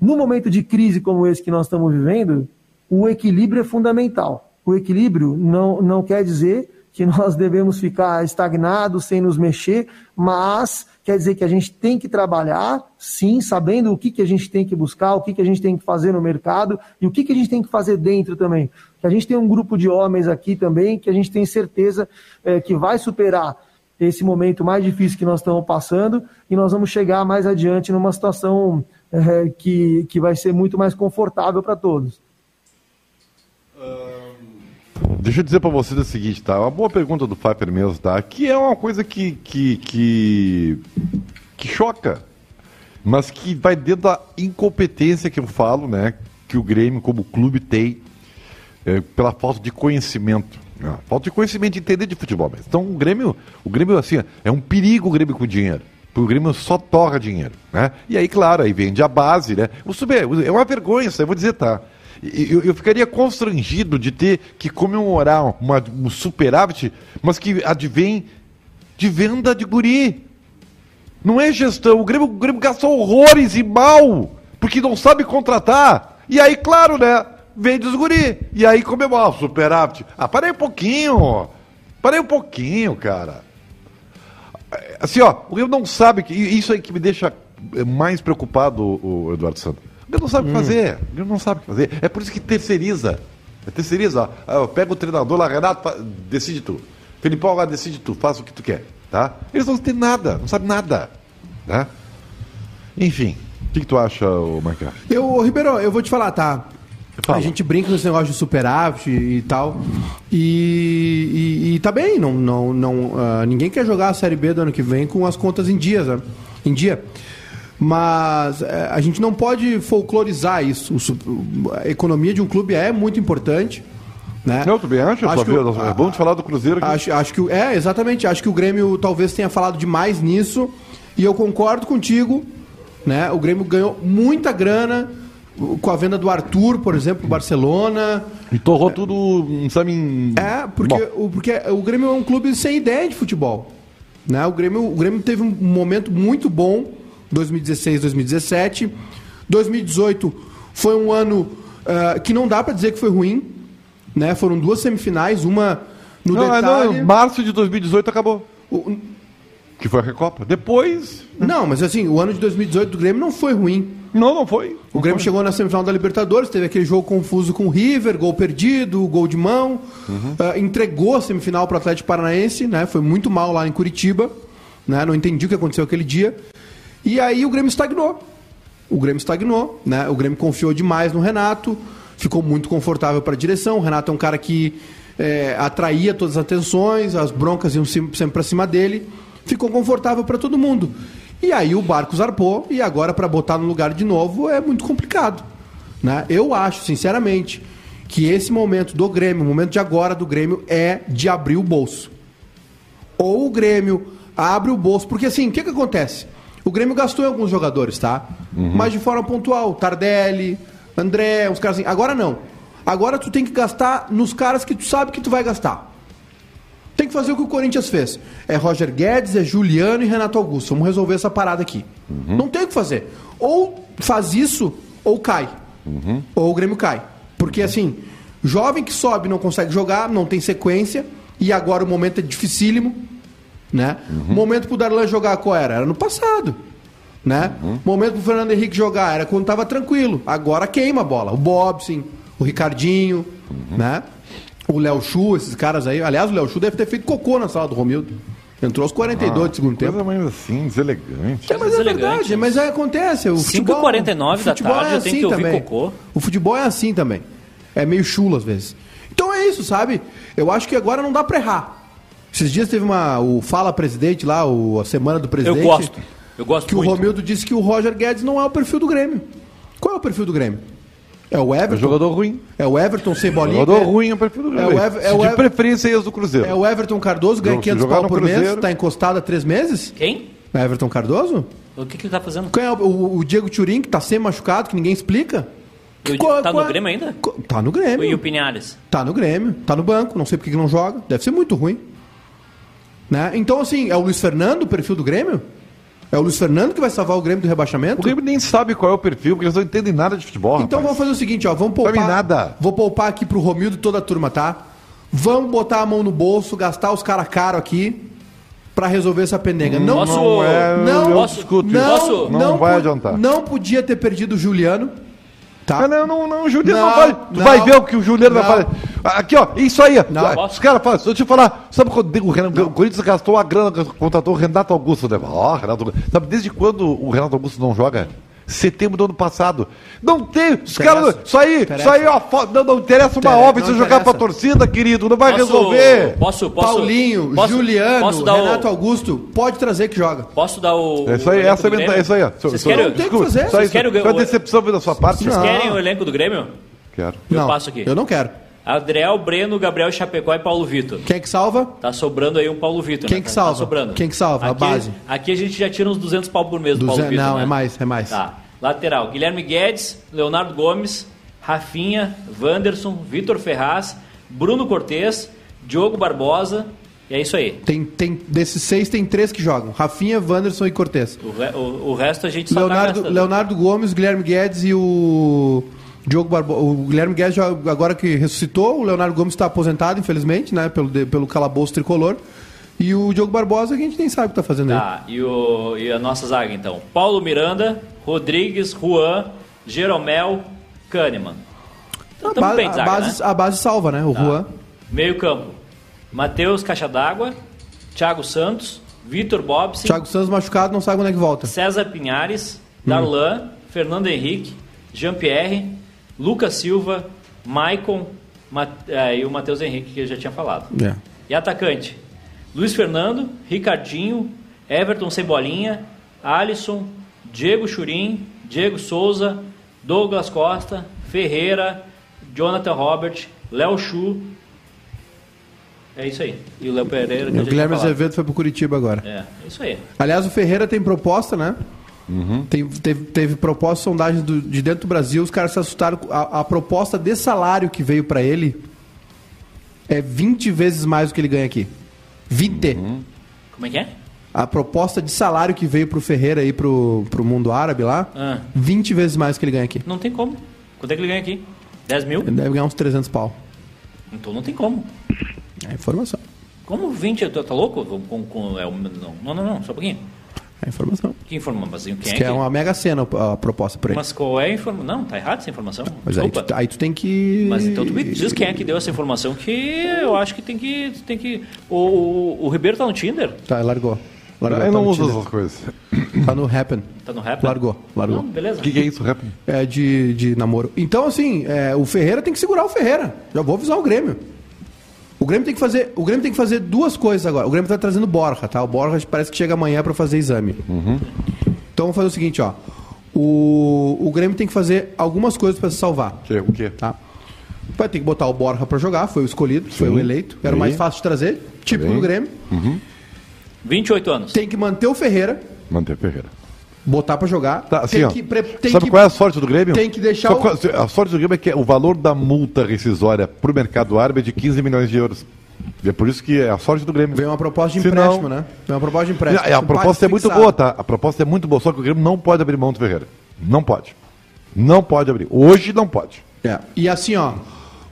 Speaker 10: no momento de crise como esse que nós estamos vivendo, o equilíbrio é fundamental. O equilíbrio não, não quer dizer que nós devemos ficar estagnados, sem nos mexer, mas quer dizer que a gente tem que trabalhar, sim, sabendo o que, que a gente tem que buscar, o que, que a gente tem que fazer no mercado e o que, que a gente tem que fazer dentro também. Que a gente tem um grupo de homens aqui também que a gente tem certeza eh, que vai superar esse momento mais difícil que nós estamos passando e nós vamos chegar mais adiante numa situação eh, que, que vai ser muito mais confortável para todos.
Speaker 9: Deixa eu dizer pra vocês o seguinte, tá? Uma boa pergunta do Pfeiffer mesmo, tá? Que é uma coisa que, que, que, que choca, mas que vai dentro da incompetência que eu falo, né? Que o Grêmio, como clube, tem é, pela falta de conhecimento. né? Falta de conhecimento de entender de futebol. Mas. Então o Grêmio, o Grêmio assim, é um perigo o Grêmio com dinheiro. Porque o Grêmio só torra dinheiro. Né? E aí, claro, aí vende a base, né? O Sube, é uma vergonha isso, aí, eu vou dizer, tá? E- Eu, eu ficaria constrangido de ter que comemorar uma, um superávit, mas que advém de venda de guri. Não é gestão. O Grêmio, o Grêmio gasta horrores e mal, porque não sabe contratar. E aí, claro, né? Vende os guri. E aí comemora o superávit. Ah, parei um pouquinho. Parei um pouquinho, cara. É, Assim, ó, o Grêmio não sabe. Que, e isso aí que me deixa é, mais preocupado, o, o Eduardo Santos. O Grêmio não sabe o que fazer. O Grêmio não sabe o que fazer. É por isso que terceiriza. É terceiriza. ó. Ah, eu pego o treinador lá, Renato, fa- decide tu. Felipão agora decide tu, faz o que tu quer. Tá? Eles não têm nada, não sabem nada. Né? Enfim, o que, que tu acha, ô Maicá?
Speaker 2: Eu, ô, Ribeiro, eu vou te falar, tá?
Speaker 9: Fala.
Speaker 2: A gente brinca nesse negócio de superávit e e tal. E, e, e tá bem, não, não, não, ah, ninguém quer jogar a Série B do ano que vem com as contas em dias, né? Em dia. Mas eh, a gente não pode folclorizar isso. O su- a economia de um clube é muito importante. Né?
Speaker 9: Não, tu bem acha?
Speaker 2: Acho
Speaker 9: Só
Speaker 2: que
Speaker 9: viu,
Speaker 2: o-
Speaker 9: nós- é bom de falar do Cruzeiro aqui.
Speaker 2: Acho, acho que o- é exatamente. Acho que o Grêmio talvez tenha falado demais nisso e eu concordo contigo, né? O Grêmio ganhou muita grana o- com a venda do Arthur, por exemplo, pro Barcelona.
Speaker 9: E torrou tudo, não sabe, em...
Speaker 2: É porque
Speaker 9: Bom.
Speaker 2: o porque o Grêmio é um clube sem ideia de futebol, né? O Grêmio o Grêmio teve um momento muito bom 2016, 2017, 2018 foi um ano ah, que não dá pra dizer que foi ruim, né? Foram duas semifinais, uma no
Speaker 9: Não, é,
Speaker 2: detalhe.
Speaker 9: não, março de 2018 acabou.
Speaker 2: O-
Speaker 9: Que foi a Recopa. Depois.
Speaker 2: Não, mas assim, o ano de 2018 do Grêmio não foi ruim.
Speaker 9: Não, não foi.
Speaker 2: O Grêmio chegou na semifinal da Libertadores, teve aquele jogo confuso com o River, gol perdido, gol de mão.
Speaker 9: Uhum.
Speaker 2: Ah, entregou a semifinal para o Atlético Paranaense, né? Foi muito mal lá em Curitiba, né? Não entendi o que aconteceu aquele dia. E aí o Grêmio estagnou. O Grêmio estagnou, né? O Grêmio confiou demais no Renato, ficou muito confortável para a direção. O Renato é um cara que é, atraía todas as atenções, as broncas iam sim- sempre para cima dele. Ficou confortável para todo mundo. E aí o barco zarpou e agora para botar no lugar de novo é muito complicado, né? Eu acho, sinceramente, que esse momento do Grêmio, o momento de agora do Grêmio é de abrir o bolso ou o Grêmio abre o bolso. Porque assim, o que, que acontece? O Grêmio gastou em alguns jogadores, tá? Mas de forma pontual. Tardelli, André, os caras assim. Agora não. Agora tu tem que gastar nos caras que tu sabe que tu vai gastar. Tem que fazer o que o Corinthians fez. É Roger Guedes, é Juliano e Renato Augusto. Vamos resolver essa parada aqui. Não tem o que fazer. Ou faz isso, ou cai. Ou o Grêmio cai. Porque assim, jovem que sobe não consegue jogar, não tem sequência. E agora o momento é dificílimo. Né? Momento pro Darlan jogar qual era? Era no passado. Né? Momento pro Fernando Henrique jogar era quando tava tranquilo. Agora queima a bola. O Bobson, o Ricardinho, né? O Léo Chu, esses caras aí. Aliás, o Léo Chu deve ter feito cocô na sala do Romildo. Entrou aos 42 do segundo tempo.
Speaker 9: Coisa mais assim, deselegante.
Speaker 2: É, mas é
Speaker 3: Deselegante.
Speaker 2: verdade, mas é, acontece. O
Speaker 3: 5h49 da
Speaker 2: futebol é assim
Speaker 3: tarde, eu tenho que ouvir
Speaker 2: também.
Speaker 3: cocô.
Speaker 2: O futebol é assim também. É meio chulo às vezes. Então é isso, sabe? Eu acho que agora não dá pra errar. Esses dias teve uma. O Fala Presidente lá, o- a semana do
Speaker 3: Eu
Speaker 2: presidente.
Speaker 3: gosto. Eu gosto
Speaker 2: Que
Speaker 3: muito.
Speaker 2: o Romildo disse que o Roger Guedes não é o perfil do Grêmio. Qual é o perfil do Grêmio? É o
Speaker 9: É
Speaker 2: Everton?
Speaker 9: jogador ruim.
Speaker 2: É o Everton sem
Speaker 1: um
Speaker 2: bolinha?
Speaker 9: Jogador ruim é o perfil do
Speaker 2: É
Speaker 9: Grêmio.
Speaker 2: o Ev- é
Speaker 9: Se
Speaker 2: o
Speaker 9: de
Speaker 2: Ev-
Speaker 9: preferência é esse do Cruzeiro.
Speaker 2: É o Everton Cardoso, ganha
Speaker 9: Jogo-
Speaker 2: 500
Speaker 9: jogar
Speaker 2: pau
Speaker 9: no
Speaker 2: por mês,
Speaker 9: Cruzeiro.
Speaker 2: tá encostado há três meses? É
Speaker 3: Quem?
Speaker 2: Everton Cardoso?
Speaker 3: O que, que ele tá fazendo?
Speaker 2: Quem é o, o- o Diego Turin, que tá sempre machucado, que ninguém explica?
Speaker 3: E o-
Speaker 2: Qual-
Speaker 3: tá
Speaker 2: qual-
Speaker 3: no Grêmio ainda?
Speaker 2: Co- Tá no
Speaker 3: E o
Speaker 2: Grêmio.
Speaker 3: Pinhares?
Speaker 2: Tá no Grêmio. Tá no banco. Não sei porque que não joga. Deve ser muito ruim. Né? Então, assim, é o Luiz Fernando o perfil do Grêmio? É o Luiz Fernando que vai salvar o Grêmio do rebaixamento?
Speaker 1: O Grêmio nem sabe qual é o perfil, porque eles não entendem nada de futebol.
Speaker 2: Então
Speaker 1: rapaz.
Speaker 2: vamos fazer o seguinte, ó, vamos poupar.
Speaker 1: Pra mim, nada.
Speaker 2: Vou poupar aqui pro Romildo e toda a turma, tá? Vamos botar a mão no bolso, gastar os caras caro aqui pra resolver essa pendenga. Não,
Speaker 3: Posso-
Speaker 1: não é,
Speaker 2: não,
Speaker 1: eu
Speaker 3: posso-
Speaker 1: discuto isso.
Speaker 2: não,
Speaker 3: Posso-
Speaker 1: Não
Speaker 2: não
Speaker 1: vai
Speaker 2: po-
Speaker 1: adiantar.
Speaker 2: Não podia ter perdido o Juliano,
Speaker 1: Ah,
Speaker 2: tá?
Speaker 1: não, não, não, o Juliano não,
Speaker 2: Não,
Speaker 1: vai. Tu
Speaker 2: não,
Speaker 1: vai ver o que o Juliano vai
Speaker 2: não.
Speaker 1: fazer. Aqui, ó, isso aí. ó.
Speaker 2: Não.
Speaker 1: Os caras falam, deixa eu te falar. Sabe quando o, Renan- o Corinthians gastou a grana, contratou o Renato Augusto, né? Ó, Renato Augusto. Sabe desde quando o Renato Augusto não joga? Setembro do ano passado. Não tem. Os caras. Isso aí,
Speaker 2: Interessa.
Speaker 1: isso aí, ó. fo- Não, não interessa uma
Speaker 2: Interessa,
Speaker 1: obra se
Speaker 2: não
Speaker 1: jogar
Speaker 2: interessa.
Speaker 1: pra torcida, querido. Não vai resolver.
Speaker 3: Posso, posso,
Speaker 2: Paulinho,
Speaker 3: posso-
Speaker 2: Juliano,
Speaker 3: posso dar
Speaker 2: Renato
Speaker 3: o-
Speaker 2: Augusto, pode trazer que joga.
Speaker 3: Posso dar o.
Speaker 1: É isso aí,
Speaker 3: o elenco
Speaker 1: essa é
Speaker 3: do
Speaker 1: a menta-
Speaker 3: Grêmio?
Speaker 1: é isso aí, ó.
Speaker 3: Vocês
Speaker 1: Senhor-
Speaker 2: Não tem
Speaker 3: querem,
Speaker 2: o que
Speaker 1: Desculpa,
Speaker 2: fazer.
Speaker 1: Isso aí,
Speaker 3: Vocês querem
Speaker 1: isso
Speaker 3: o-
Speaker 1: é uma decepção da sua parte.
Speaker 3: vocês
Speaker 2: Não.
Speaker 3: querem o elenco do Grêmio?
Speaker 1: Quero.
Speaker 3: Eu
Speaker 2: Não,
Speaker 3: passo aqui.
Speaker 2: Eu não quero.
Speaker 3: Adriel, Breno, Gabriel Chapecó e Paulo Vitor.
Speaker 2: Quem é que salva?
Speaker 3: Tá sobrando aí um Paulo Vitor.
Speaker 2: Quem
Speaker 3: né,
Speaker 2: que
Speaker 3: cara?
Speaker 2: salva?
Speaker 3: Tá sobrando.
Speaker 2: Quem que salva? A
Speaker 3: Aqui,
Speaker 2: base.
Speaker 3: Aqui a gente já tira uns 200 pau por mês do Paulo
Speaker 2: 200
Speaker 3: Vitor.
Speaker 2: não,
Speaker 3: né?
Speaker 2: é mais, é mais.
Speaker 3: Tá. Lateral: Guilherme Guedes, Leonardo Gomes, Rafinha, Wanderson, Vitor Ferraz, Bruno Cortes, Diogo Barbosa. E é isso aí.
Speaker 2: Tem, tem, desses seis, tem três que jogam. Rafinha, Wanderson e Cortez.
Speaker 3: O, re- o- o resto a gente só
Speaker 2: Leonardo,
Speaker 3: tá gastando.
Speaker 2: Leonardo Gomes, Guilherme Guedes e o Diogo Barbosa. O Guilherme Guedes, já- agora que ressuscitou, o Leonardo Gomes está aposentado, infelizmente, né? Pelo, de- pelo calabouço tricolor. E o Diogo Barbosa, que a gente nem sabe o que tá fazendo aí.
Speaker 3: Tá, e, o, e a nossa zaga então? Paulo Miranda, Rodrigues, Juan, Jeromel, Kahneman. Então,
Speaker 2: a,
Speaker 3: tamo
Speaker 2: ba-
Speaker 3: bem de
Speaker 2: a
Speaker 3: zaga,
Speaker 2: base,
Speaker 3: né?
Speaker 2: a base salva, né? O Juan.
Speaker 3: Meio campo. Matheus Caixa d'Água, Thiago Santos, Vitor Bobson,
Speaker 2: Thiago Santos machucado, não sabe quando é que volta.
Speaker 3: César Pinhares, Darlan,
Speaker 2: Hum.
Speaker 3: Fernando Henrique, Jean-Pierre, Lucas Silva, Maicon Mat- eh, e o Matheus Henrique, que eu já tinha falado.
Speaker 2: É.
Speaker 3: E atacante: Luiz Fernando, Ricardinho, Everton Cebolinha, Alisson, Diego Churim, Diego Souza, Douglas Costa, Ferreira, Jonathan Robert, Léo Chu. É isso aí. E o Léo Pereira
Speaker 2: E
Speaker 3: que eu
Speaker 2: o
Speaker 3: já
Speaker 2: Guilherme
Speaker 3: tinha falado.
Speaker 2: Azevedo foi pro Curitiba agora.
Speaker 3: É, é isso aí.
Speaker 2: Aliás, o Ferreira tem proposta, né? Tem- teve, teve proposta, sondagem do- de dentro do Brasil. Os caras se assustaram. com A, a proposta de salário que veio pra ele é 20 vezes mais do que ele ganha aqui. 20.
Speaker 3: Como é que é?
Speaker 2: A proposta de salário que veio pro Ferreira aí pro, pro mundo árabe lá,
Speaker 3: Ah.
Speaker 2: 20 vezes mais do que ele ganha aqui.
Speaker 3: Não tem como. Quanto é que ele ganha aqui? 10 mil?
Speaker 2: Ele deve ganhar uns 300 pau.
Speaker 3: Então não tem como.
Speaker 2: É informação.
Speaker 3: Como 20? Tá, tá louco? Com, com, com- é, um- não, não, não, não, só um pouquinho.
Speaker 2: É informação.
Speaker 3: Que informação? Quem
Speaker 2: Diz
Speaker 3: é
Speaker 2: que é
Speaker 3: que-
Speaker 2: uma mega cena a proposta pra ele. Mas,
Speaker 3: Mas qual é a informação? Não, tá errado essa informação.
Speaker 2: aí,
Speaker 3: Desculpa.
Speaker 2: tu, tá aí tu tem que.
Speaker 3: Mas então tu me diz quem é que deu essa informação que eu acho que tem que. Tem que... O, o, o Ribeiro tá no Tinder?
Speaker 2: Tá, largou. largou
Speaker 1: Eu
Speaker 2: tá
Speaker 1: não
Speaker 2: no
Speaker 1: uso
Speaker 2: Tinder.
Speaker 1: essas coisas.
Speaker 2: Tá no Happen.
Speaker 3: Tá no rap?
Speaker 2: Largou, largou.
Speaker 3: Não, beleza.
Speaker 1: O que, que é isso, rap?
Speaker 2: É de, de namoro. Então, assim, é, o Ferreira tem que segurar o Ferreira. Já vou avisar o Grêmio. O Grêmio tem que fazer, o Grêmio tem que fazer duas coisas agora. O Grêmio tá trazendo o Borja, tá? O Borja parece que chega amanhã pra fazer exame.
Speaker 1: Uhum.
Speaker 2: Então vamos fazer o seguinte, ó. O, o Grêmio tem que fazer algumas coisas pra se salvar,
Speaker 1: Que- O quê?
Speaker 2: tá? Vai ter que botar o Borja pra jogar, foi o escolhido, foi o eleito. Era o mais
Speaker 1: Sim.
Speaker 2: fácil de trazer, típico
Speaker 1: bem.
Speaker 2: do Grêmio.
Speaker 3: 28 anos.
Speaker 2: Tem que manter o Ferreira,
Speaker 1: Manter Ferreira.
Speaker 2: botar pra jogar.
Speaker 1: Tá, assim,
Speaker 2: tem
Speaker 1: ó.
Speaker 2: que pre- tem
Speaker 1: Sabe
Speaker 2: que-
Speaker 1: qual é a sorte do Grêmio?
Speaker 2: tem que deixar
Speaker 1: Sabe
Speaker 2: o-
Speaker 1: qual- A sorte do Grêmio é que o valor da multa rescisória para o mercado árabe é de 15 milhões de euros. E é por isso que é a sorte do Grêmio.
Speaker 2: Veio uma proposta de
Speaker 1: Se não-
Speaker 2: empréstimo, né? Veio uma proposta de empréstimo.
Speaker 1: É, A
Speaker 2: Um
Speaker 1: proposta
Speaker 2: pacto
Speaker 1: é muito
Speaker 2: fixado.
Speaker 1: boa, tá? A proposta é muito boa, só que o Grêmio não pode abrir mão do Ferreira. Não pode. Não pode abrir. Hoje não pode.
Speaker 2: É. E assim, ó.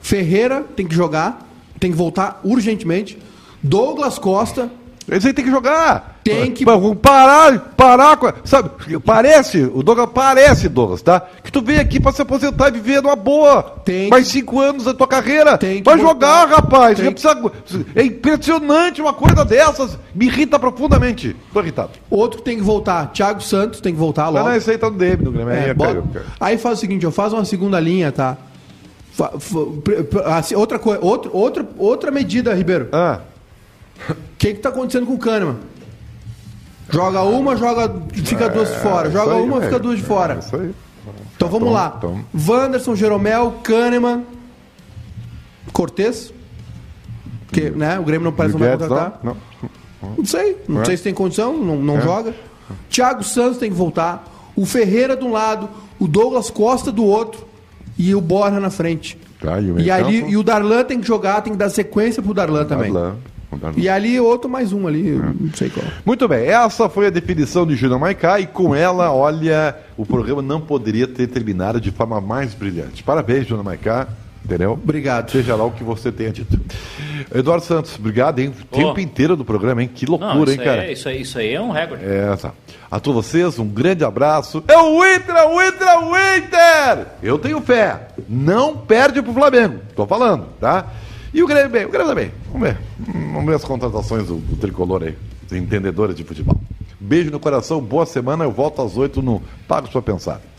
Speaker 2: Ferreira tem que jogar, tem que voltar urgentemente. Douglas Costa.
Speaker 1: Eles aí tem que jogar.
Speaker 2: Tem que-
Speaker 1: Pa- parar, parar com. a- Sabe, parece, o Douglas parece, Douglas, tá? Que tu veio aqui pra se aposentar e viver numa boa.
Speaker 2: Tem
Speaker 1: Mais
Speaker 2: que-
Speaker 1: cinco anos da tua carreira.
Speaker 2: Tem que
Speaker 1: Vai
Speaker 2: botar-
Speaker 1: jogar, rapaz.
Speaker 2: tem
Speaker 1: Já precisa- É impressionante uma coisa dessas. Me irrita profundamente. Tô irritado.
Speaker 2: Outro que tem que voltar, Thiago Santos tem que voltar
Speaker 1: Mas
Speaker 2: logo.
Speaker 1: não, esse aí tá no DM do Grêmio.
Speaker 2: É,
Speaker 1: aí é
Speaker 2: bota-
Speaker 1: caiu, caiu.
Speaker 2: Aí faz o seguinte, eu faço uma segunda linha, tá? Fa- fa- pre- pre- assim, outra, coi- outro, outra, outra medida, Ribeiro.
Speaker 1: Ah,
Speaker 2: O que, que tá acontecendo com o Kahneman? Joga uma, joga. fica duas de fora. Joga
Speaker 1: É, isso aí,
Speaker 2: uma,
Speaker 1: velho.
Speaker 2: fica duas de fora.
Speaker 1: É isso aí.
Speaker 2: Então vamos
Speaker 1: Tom,
Speaker 2: lá.
Speaker 1: Tom.
Speaker 2: Wanderson, Jeromel, Kahneman, Cortez. Que, né, o Grêmio não parece
Speaker 1: E
Speaker 2: que
Speaker 1: o
Speaker 2: não vai
Speaker 1: Guedes,
Speaker 2: contratar.
Speaker 1: não? Não.
Speaker 2: Não sei. Não
Speaker 1: É.
Speaker 2: sei se tem condição, não, não joga. Thiago Santos tem que voltar. O Ferreira de um lado, o Douglas Costa do outro. e o Borja na frente.
Speaker 1: Tá, e o
Speaker 2: E, ali,
Speaker 1: meio-campo?
Speaker 2: e o Darlan tem que jogar, tem que dar sequência pro Darlan também.
Speaker 1: Darlan, É. o Darlan.
Speaker 2: E ali outro mais um ali, eu não sei qual.
Speaker 1: Muito bem, essa foi a definição de Júnior Maicá e com ela, olha, o programa não poderia ter terminado de forma mais brilhante. Parabéns, Júnior Maicá, entendeu?
Speaker 2: Obrigado.
Speaker 1: Seja lá o que você tenha dito. Eduardo Santos, obrigado, hein? O tempo inteiro do programa, hein? Que loucura,
Speaker 3: Não, isso,
Speaker 1: hein, cara?
Speaker 3: aí, isso, aí, isso aí é um recorde.
Speaker 1: É, tá. A todos vocês, um grande abraço. É o Inter, é o Inter, é o Inter! Eu tenho fé. Não perde pro Flamengo. Tô falando, tá? E o Grêmio bem, o Grêmio também. Vamos ver. Hum, Vamos ver as contratações do, do tricolor aí, entendedora de futebol. Beijo no coração, boa semana. Eu volto às oito no Pagos pra Pensar.